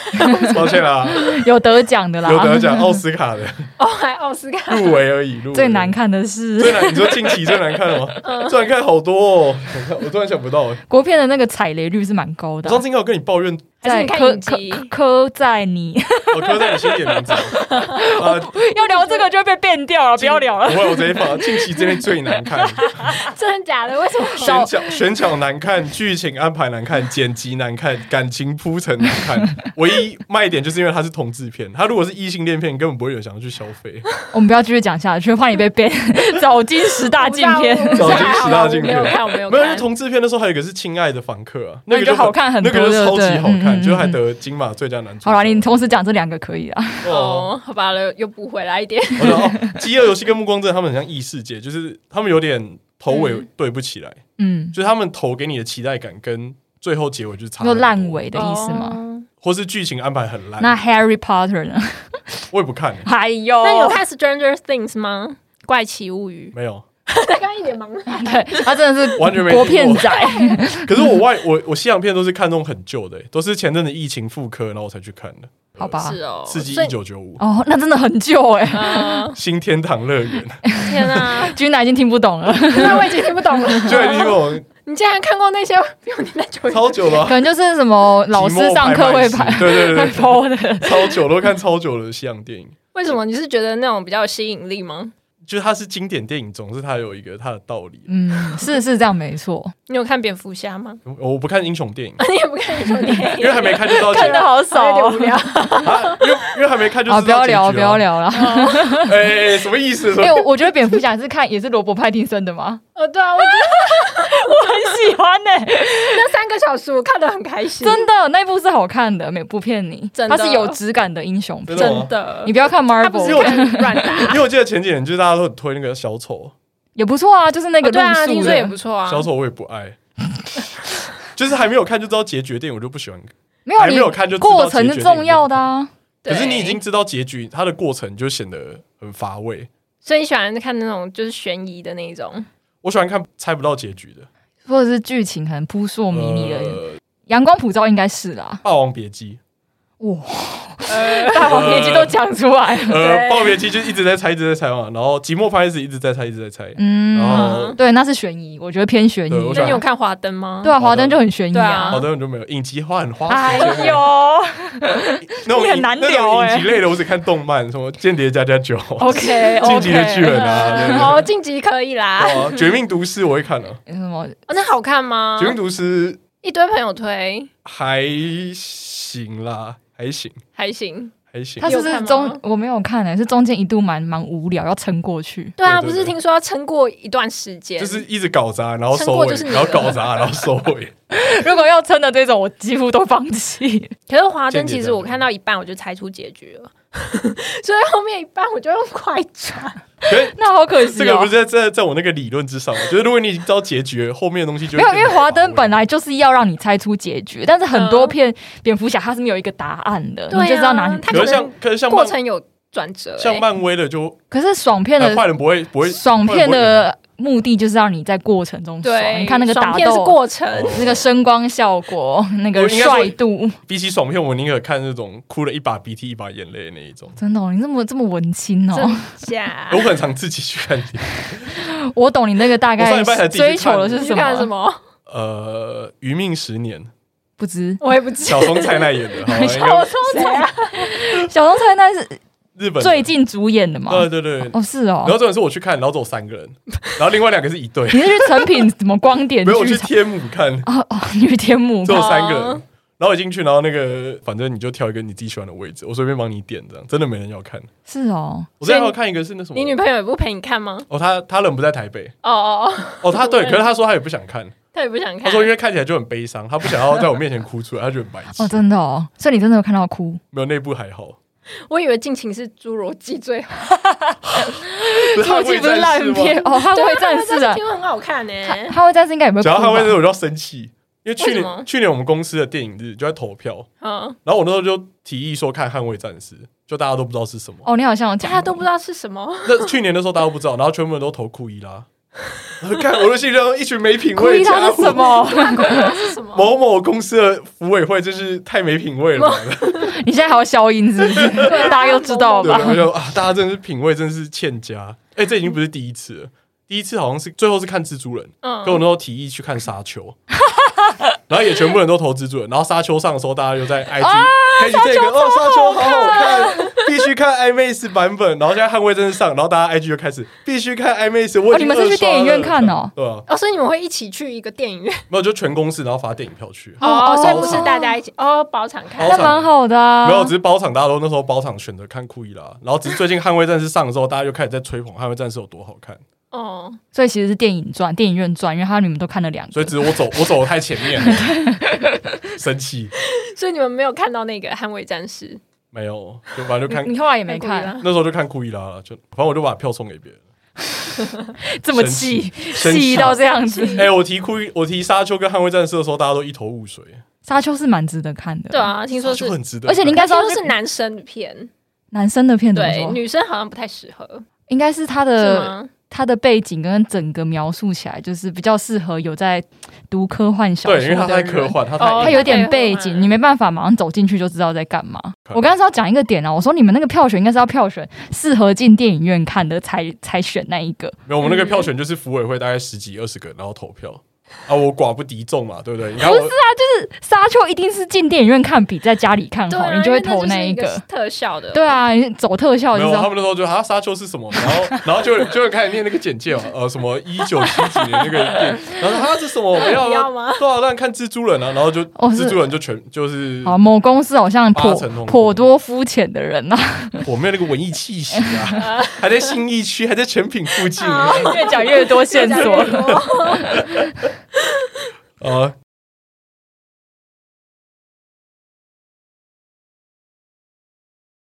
[SPEAKER 1] 抱歉啦，
[SPEAKER 2] 有得奖的啦，
[SPEAKER 1] 有得 奖奥斯卡的
[SPEAKER 3] 哦，还奥斯卡。
[SPEAKER 1] 入围而已，入围
[SPEAKER 2] 最难看嗯的是
[SPEAKER 1] 最难，你说近期最难看的吗？最难看好多哦， 想看我突然想不到哎。
[SPEAKER 2] 国片的那个踩雷率是蛮高
[SPEAKER 1] 我
[SPEAKER 2] 的啊、
[SPEAKER 1] 上次应该有跟你抱怨，
[SPEAKER 3] 还是
[SPEAKER 2] 在
[SPEAKER 3] 你看
[SPEAKER 2] 科
[SPEAKER 3] 影
[SPEAKER 2] 科
[SPEAKER 3] 集
[SPEAKER 2] 科在你
[SPEAKER 1] 我刻在你心里的名字啊，
[SPEAKER 2] 要聊这个就会被变掉了，不要聊
[SPEAKER 1] 不
[SPEAKER 2] 了。
[SPEAKER 1] 会，我直接放近期这边最难看，
[SPEAKER 3] 真的假的？为什么？
[SPEAKER 1] 选 角选角难看，剧情安排难看，剪辑难看，感情铺陈难 看。唯一卖点就是因为它是同志片，它如果是异性恋片，根本不会有人想要去消费。
[SPEAKER 2] 我们不要继续讲下去，怕你被变 早金十大禁片。
[SPEAKER 3] 我不知道
[SPEAKER 1] 早期十大禁片
[SPEAKER 3] 我没有看，我没有
[SPEAKER 1] 没有，因为
[SPEAKER 3] 看。
[SPEAKER 1] 同志片那时候还有一个是《亲爱的访客》啊，
[SPEAKER 2] 那
[SPEAKER 1] 个
[SPEAKER 2] 个
[SPEAKER 1] 就
[SPEAKER 2] 就好看很多
[SPEAKER 1] 那个就超级好
[SPEAKER 2] 对对
[SPEAKER 1] 看，
[SPEAKER 2] 嗯
[SPEAKER 1] 就还得金马最佳男主角。
[SPEAKER 2] 好啦，你同时讲这两个可以啊。
[SPEAKER 1] 哦，
[SPEAKER 3] 哦，好吧了，又补回来一点。
[SPEAKER 1] 我知道哦，《饥饿游戏》跟《暮光之城》他们很像异世界，就是他们有点头尾
[SPEAKER 3] 嗯
[SPEAKER 1] 对不起来，
[SPEAKER 2] 嗯，
[SPEAKER 1] 就是他们头给你的期待感跟最后结尾就是差
[SPEAKER 2] 就
[SPEAKER 1] 很多
[SPEAKER 2] 烂，尾的意思吗？
[SPEAKER 3] 哦？
[SPEAKER 1] 或是剧情安排很
[SPEAKER 2] 那
[SPEAKER 1] 烂，
[SPEAKER 2] Harry Potter 呢？
[SPEAKER 1] 我也不看，欸
[SPEAKER 2] 哎呦，
[SPEAKER 3] 哦那你有看《Stranger Things》吗？《怪奇物语
[SPEAKER 1] 没有。》
[SPEAKER 3] 大概一脸茫然。
[SPEAKER 2] 对他真的是
[SPEAKER 1] 完全没听过
[SPEAKER 2] 国片仔，
[SPEAKER 1] 可是我外我我西洋片都是看那种很旧的、欸都是前阵子疫情复刻，然后我才去看的。
[SPEAKER 2] 好吧？
[SPEAKER 3] 是哦，
[SPEAKER 1] 《刺激
[SPEAKER 2] 所以
[SPEAKER 1] 一九九五》《
[SPEAKER 2] 哦，那真的很旧 哎、
[SPEAKER 3] 嗯，
[SPEAKER 1] 新天堂乐园
[SPEAKER 3] 天啊，
[SPEAKER 2] 君娜已经听不懂了，
[SPEAKER 3] 那我已经听不懂了。》，
[SPEAKER 1] 就已经那种
[SPEAKER 3] 你竟然看过那些比我年代久远？
[SPEAKER 1] 超久了啊、
[SPEAKER 2] 可能就是什么老师上课会
[SPEAKER 1] 排
[SPEAKER 2] 排
[SPEAKER 1] 对对对
[SPEAKER 2] 会
[SPEAKER 1] 对，
[SPEAKER 2] 播的。
[SPEAKER 1] 超久都看超久的西洋电影。
[SPEAKER 3] 为什么？你是觉得那种比较有吸引力吗？
[SPEAKER 1] 就是它是经典电影，总是它有一个它的道理。
[SPEAKER 2] 嗯，是是这样，没错。
[SPEAKER 3] 你有看蝙蝠侠吗？
[SPEAKER 1] 我不看英雄电影，
[SPEAKER 3] 你也不看英雄电影，
[SPEAKER 1] 因为还没看就知 道结
[SPEAKER 2] 看
[SPEAKER 1] 局，
[SPEAKER 2] 得 好少哦
[SPEAKER 3] 有点无聊。
[SPEAKER 1] 啊因为因为还没看就
[SPEAKER 2] 啊！
[SPEAKER 1] 知道结局
[SPEAKER 2] 不要聊，
[SPEAKER 1] 啊
[SPEAKER 2] 不要，聊了。
[SPEAKER 1] 哎哎，哎什么意思？什
[SPEAKER 2] 因
[SPEAKER 1] 么
[SPEAKER 2] 为我觉得蝙蝠侠是看也是罗伯派汀森的 嘛，
[SPEAKER 3] 哦，对啊，我觉得
[SPEAKER 2] 很喜欢呢、
[SPEAKER 3] 欸那三个小时我看得很开心，
[SPEAKER 2] 真的那一部是好看的，没不骗你，
[SPEAKER 3] 真
[SPEAKER 2] 它
[SPEAKER 3] 的
[SPEAKER 2] 是有质感的英雄
[SPEAKER 1] 真
[SPEAKER 2] 片。
[SPEAKER 1] 的吗
[SPEAKER 3] 真的
[SPEAKER 2] 你。不要看
[SPEAKER 3] 他不是
[SPEAKER 2] Marvel，
[SPEAKER 3] 看乱打，
[SPEAKER 1] 因为我记得前几年就是大家都很推那个小丑，
[SPEAKER 2] 也不错啊，就是 那个
[SPEAKER 3] 哦
[SPEAKER 2] 路
[SPEAKER 3] 对啊，听
[SPEAKER 2] 数
[SPEAKER 3] 说也
[SPEAKER 2] 的
[SPEAKER 3] 不。错啊。
[SPEAKER 1] 小丑我也不爱， 就是还没有看就知道结局的电影我就不喜欢看。
[SPEAKER 2] 没有
[SPEAKER 1] 还没有
[SPEAKER 2] 你
[SPEAKER 1] 看就知道
[SPEAKER 2] 过程是重要的啊。
[SPEAKER 3] 对
[SPEAKER 1] 可是你已经，知道结局，它的过程就显得很乏味。
[SPEAKER 3] 所以你喜欢看那种就是悬疑的那 一种。
[SPEAKER 1] 我喜欢看猜不到结局的，
[SPEAKER 2] 或者是剧情很扑朔迷离的，《
[SPEAKER 1] 呃
[SPEAKER 2] 阳光普照》应该是啦。
[SPEAKER 1] 霸王别姬》
[SPEAKER 2] 哇，大王别姬都讲出来
[SPEAKER 1] 呃，《
[SPEAKER 2] 了。
[SPEAKER 3] 对
[SPEAKER 1] 霸王别姬》就一直在猜，一直在猜嘛。然后《寂寞拍子》一直在猜，一直在猜。然
[SPEAKER 2] 嗯，
[SPEAKER 1] 后
[SPEAKER 2] 对，那是悬疑，我觉得偏悬疑
[SPEAKER 1] 哦对我。
[SPEAKER 3] 那
[SPEAKER 1] 想
[SPEAKER 3] 你有看《华灯》吗？
[SPEAKER 2] 对啊，华灯就很悬疑
[SPEAKER 3] 对啊
[SPEAKER 1] 好多人就没有影集花很花
[SPEAKER 2] 嗯哎
[SPEAKER 1] 时间，
[SPEAKER 2] 呦，
[SPEAKER 1] 那种
[SPEAKER 2] 你很
[SPEAKER 1] 影
[SPEAKER 2] 难
[SPEAKER 1] 那种
[SPEAKER 2] 聊欸哦
[SPEAKER 1] 影集类的，我只看动漫，什么《间谍加加酒》《
[SPEAKER 2] OK， 嗯
[SPEAKER 1] 进击的巨人》啊，
[SPEAKER 3] 哦，晋级可以啦。
[SPEAKER 1] 对对啊对《绝命毒师》我会看啊，
[SPEAKER 2] 什么？
[SPEAKER 3] 哦那好看吗
[SPEAKER 1] 《
[SPEAKER 2] 嗯
[SPEAKER 1] 绝？命毒师》
[SPEAKER 3] 一堆朋友推，
[SPEAKER 1] 还行啦，还行，
[SPEAKER 3] 还行。
[SPEAKER 1] 还行
[SPEAKER 2] 他。是不
[SPEAKER 3] 你有
[SPEAKER 2] 是
[SPEAKER 3] 看吗
[SPEAKER 2] 中我没有看呢、欸是中间一度蛮蛮无聊，要撑过去。
[SPEAKER 3] 对啊，
[SPEAKER 1] 对对
[SPEAKER 3] 不是听说要撑过一段时间，
[SPEAKER 1] 就是一直搞砸，然后收
[SPEAKER 3] 撑过
[SPEAKER 1] 尾
[SPEAKER 3] 就是，你的
[SPEAKER 1] 然后搞砸，然后收尾。
[SPEAKER 2] 如果要撑的这种，我几乎都放弃。
[SPEAKER 3] 可是华
[SPEAKER 1] 间
[SPEAKER 3] 灯
[SPEAKER 1] 谍
[SPEAKER 3] 其
[SPEAKER 1] 这
[SPEAKER 3] 实
[SPEAKER 1] 样
[SPEAKER 3] 我看到一半我就猜出结局了， 所以后面一半我就用快转。
[SPEAKER 1] 可是
[SPEAKER 2] 那好可惜、
[SPEAKER 1] 这
[SPEAKER 2] 哦。
[SPEAKER 1] 个不是在在在我那个理论之上，我觉得如果你已经知道结局了，后面的东西就
[SPEAKER 2] 没有，因为华灯本
[SPEAKER 1] 来
[SPEAKER 2] 来就是要让你猜出结局，但是很多片蝙蝠侠它是没有一个答案的，
[SPEAKER 3] 对啊
[SPEAKER 2] 你就知道哪里。
[SPEAKER 3] 它
[SPEAKER 1] 可
[SPEAKER 3] 能
[SPEAKER 1] 是像可是像
[SPEAKER 3] 过
[SPEAKER 1] 漫
[SPEAKER 3] 程有转折、
[SPEAKER 1] 像
[SPEAKER 3] 欸，
[SPEAKER 1] 漫威的就
[SPEAKER 2] 可是爽片
[SPEAKER 1] 哎
[SPEAKER 2] 的
[SPEAKER 1] 坏人不会不会
[SPEAKER 2] 爽片的目的就是让你在过程中爽，
[SPEAKER 3] 对，
[SPEAKER 2] 你看那个
[SPEAKER 3] 爽
[SPEAKER 2] 打
[SPEAKER 3] 片是
[SPEAKER 2] 斗。
[SPEAKER 3] 过程，
[SPEAKER 1] 哦
[SPEAKER 2] 那个声光效 果，那
[SPEAKER 1] 我
[SPEAKER 2] 个
[SPEAKER 1] 应该说
[SPEAKER 2] 帅度，
[SPEAKER 1] 比起爽片，我宁可看那种哭了一把鼻涕一把眼泪的那一种。
[SPEAKER 2] 真的、哦，你这么这么文青哦，
[SPEAKER 3] 真假
[SPEAKER 1] 我？很常自己去看电影，
[SPEAKER 2] 我懂你那个大
[SPEAKER 1] 我上
[SPEAKER 2] 概
[SPEAKER 1] 礼拜才自己去
[SPEAKER 2] 追求的
[SPEAKER 3] 你
[SPEAKER 2] 是
[SPEAKER 3] 去
[SPEAKER 2] 什
[SPEAKER 3] 看
[SPEAKER 2] 么？
[SPEAKER 3] 什么？
[SPEAKER 1] 呃，《余命十年》，
[SPEAKER 2] 不知
[SPEAKER 3] 我也不知道
[SPEAKER 1] 小。松菜奈演的，好吧哦应
[SPEAKER 2] 小
[SPEAKER 1] 该
[SPEAKER 2] 松
[SPEAKER 3] 谁
[SPEAKER 2] 菜，
[SPEAKER 3] 啊
[SPEAKER 2] 小松菜奈是
[SPEAKER 1] 日本的
[SPEAKER 2] 最，近主演的吗？
[SPEAKER 1] 对对对。
[SPEAKER 2] 哦，是
[SPEAKER 1] 呃然后
[SPEAKER 2] 哦，
[SPEAKER 1] 这种是我去看，然后走三个人，然后另外两个是一对，
[SPEAKER 2] 你是去成品什么光点
[SPEAKER 1] 没有我
[SPEAKER 2] 剧
[SPEAKER 1] 去
[SPEAKER 2] 场？
[SPEAKER 1] 天母看，
[SPEAKER 2] 哦哦，你去天 幕
[SPEAKER 1] 只有三个人
[SPEAKER 3] 哦。
[SPEAKER 1] 然后我进去，然后那个反正你就挑一个你自己喜欢的位置，我随便帮你点，这样真的没人要看。
[SPEAKER 2] 是哦，
[SPEAKER 1] 我最后看一个是那什么，
[SPEAKER 3] 你女朋友也不陪你看吗？
[SPEAKER 1] 哦，他他人不在台 北，
[SPEAKER 3] 哦哦哦，
[SPEAKER 1] 哦，他对，可是他说他也不想看，
[SPEAKER 3] 她也不想看。
[SPEAKER 1] 他说因为看起来就很悲伤，他不想要在我面前哭出来，他觉得很白痴。
[SPEAKER 2] 哦，真的哦，所以你真的有看到哭？
[SPEAKER 1] 没有内部还 好，
[SPEAKER 3] 我以为《尽情》是《侏罗纪》最好，
[SPEAKER 1] 不是捍卫
[SPEAKER 2] 不是
[SPEAKER 1] 战士
[SPEAKER 2] 烂
[SPEAKER 1] 吗？
[SPEAKER 2] 片哦，捍卫战士啊
[SPEAKER 3] 听，说很好看呢、
[SPEAKER 2] 捍捍卫战士应该有没有哭
[SPEAKER 1] 讲到捍卫战士，
[SPEAKER 2] 吧？
[SPEAKER 1] 我就要生气，因为去
[SPEAKER 3] 为什么
[SPEAKER 1] 年去年我们公司的电影日就在投票，
[SPEAKER 3] 嗯，
[SPEAKER 1] 然后我那时候就提议说看捍卫战士，就大家都不知道是什么。
[SPEAKER 2] 哦，你好像有讲
[SPEAKER 3] 大
[SPEAKER 2] 过，
[SPEAKER 3] 家都不知道是什么。
[SPEAKER 1] 那去年的时候大家都不知道，然后全部人都投库伊拉。 看我的心里想说一群没品
[SPEAKER 2] 哭
[SPEAKER 1] 味
[SPEAKER 2] 一
[SPEAKER 1] 的
[SPEAKER 2] 他
[SPEAKER 1] 家
[SPEAKER 2] 是
[SPEAKER 1] 伙。
[SPEAKER 2] 什么？
[SPEAKER 3] 是什么？
[SPEAKER 1] 某某公司的服委会真是太没品味了吧，
[SPEAKER 2] 你现在还要消音是不是？ 大家都知道
[SPEAKER 1] 对，
[SPEAKER 2] 吧
[SPEAKER 1] 然？后就啊，大家真的是品味真是欠佳。哎、这已经不是第一次了，第一次好像是最后是看蜘蛛人，
[SPEAKER 3] 嗯
[SPEAKER 1] 跟我那时候提议去看沙丘，然后也全部人都投蜘蛛人，然后沙丘上的时候，大家又在 IG 开启这个哦，啊沙丘好好看，必须看 IMAX 版本，然后现在捍卫真是上，然后大家 IG 就开始必须看 IMAX，我已经
[SPEAKER 2] 哦你们
[SPEAKER 1] 二
[SPEAKER 2] 是去
[SPEAKER 1] 刷了
[SPEAKER 2] 电影院看哦
[SPEAKER 1] 对啊，
[SPEAKER 3] 哦，所以你们会一起去一个电影院
[SPEAKER 1] 没有就全公司然后发电影票去，
[SPEAKER 2] 哦
[SPEAKER 3] 哦，所以不是大家一起哦，包场看
[SPEAKER 1] 包
[SPEAKER 2] 那
[SPEAKER 1] 场
[SPEAKER 2] 蛮好的啊，
[SPEAKER 1] 没有，只是包场，大家都那时候包场选择看库伊拉，然后只是最近捍卫战士上的时候，大家就开始在吹捧捍卫战士有多好看。
[SPEAKER 3] 哦，
[SPEAKER 2] 所以其实是电影转电影院转，因为他你们都看了两
[SPEAKER 1] 所以
[SPEAKER 2] 个
[SPEAKER 1] 只，是我走，我走的太前面了，生气
[SPEAKER 3] 所以你们没有看到那个《捍卫战士
[SPEAKER 1] 没有，就反正就看
[SPEAKER 2] 你你后来也没
[SPEAKER 3] 看过
[SPEAKER 2] 看，啊
[SPEAKER 3] 啦
[SPEAKER 1] 那时候就看库伊拉了，就反正我就把票送给别人。
[SPEAKER 2] 这么
[SPEAKER 1] 生
[SPEAKER 2] 气
[SPEAKER 1] 气生
[SPEAKER 2] 气
[SPEAKER 1] 气
[SPEAKER 2] 到这样子。
[SPEAKER 1] 哎、我提库伊，我提沙丘跟捍卫战士的时候，大家都一头雾水，
[SPEAKER 2] 沙丘是蛮值得看的，》？
[SPEAKER 3] 对，啊，听说，
[SPEAKER 1] 就是很值得
[SPEAKER 2] 而
[SPEAKER 1] 看。
[SPEAKER 2] 且你应该知道
[SPEAKER 3] 听说是男生的片，
[SPEAKER 2] 男生的片怎么
[SPEAKER 3] 对，
[SPEAKER 2] 说？
[SPEAKER 3] 女生好像不太适合，
[SPEAKER 2] 应该是他
[SPEAKER 3] 是
[SPEAKER 2] 的
[SPEAKER 3] 吗？
[SPEAKER 2] 它的背景跟整个描述起来，就是比较适合有在读科幻小说
[SPEAKER 1] 对，因为他
[SPEAKER 2] 的
[SPEAKER 1] 太科
[SPEAKER 2] 人。
[SPEAKER 1] 幻，他太、
[SPEAKER 3] 哦
[SPEAKER 2] 它有点背
[SPEAKER 3] 太科
[SPEAKER 2] 景，
[SPEAKER 3] 幻
[SPEAKER 2] 你没办法马上走进去就知道在干嘛。
[SPEAKER 1] 看
[SPEAKER 2] 我刚才是要讲一个点啊，我说你们那个票选应该是要票选适合进电影院看的才才选那一个。
[SPEAKER 1] 没有我们那个票选就是服委会大概十几二十个，然后投票，啊，我寡不敌众嘛，对不对？你看
[SPEAKER 2] 不
[SPEAKER 1] 我
[SPEAKER 2] 是啊，就是沙丘一定是进电影院看比在家里看
[SPEAKER 3] 对
[SPEAKER 2] 好，
[SPEAKER 3] 啊，
[SPEAKER 2] 你就会
[SPEAKER 3] 因为
[SPEAKER 2] 投
[SPEAKER 3] 那
[SPEAKER 2] 那
[SPEAKER 3] 就是一
[SPEAKER 2] 个。
[SPEAKER 3] 特效的，
[SPEAKER 2] 对啊，你走特效
[SPEAKER 1] 没
[SPEAKER 2] 就
[SPEAKER 1] 有，
[SPEAKER 2] 知
[SPEAKER 1] 他
[SPEAKER 2] 道
[SPEAKER 1] 们。那时候就啊，沙丘是什么？然后， 然后就有就会开始念那个简介嘛，呃，什么一九七几年那个电影，然后说啊，这什么 我们
[SPEAKER 3] 不
[SPEAKER 1] 要
[SPEAKER 3] 要吗
[SPEAKER 1] 多少让看蜘蛛人啊，然后就
[SPEAKER 2] 哦是
[SPEAKER 1] 蜘蛛人就全就是
[SPEAKER 2] 啊，某公司好像颇
[SPEAKER 1] 八成红
[SPEAKER 2] 颇多肤浅的人啊呐、
[SPEAKER 1] 我没有那个文艺气息啊， 还在新义区，还在成品附近，
[SPEAKER 3] 啊
[SPEAKER 2] 越讲越多线索
[SPEAKER 3] 越讲越多
[SPEAKER 1] 呃，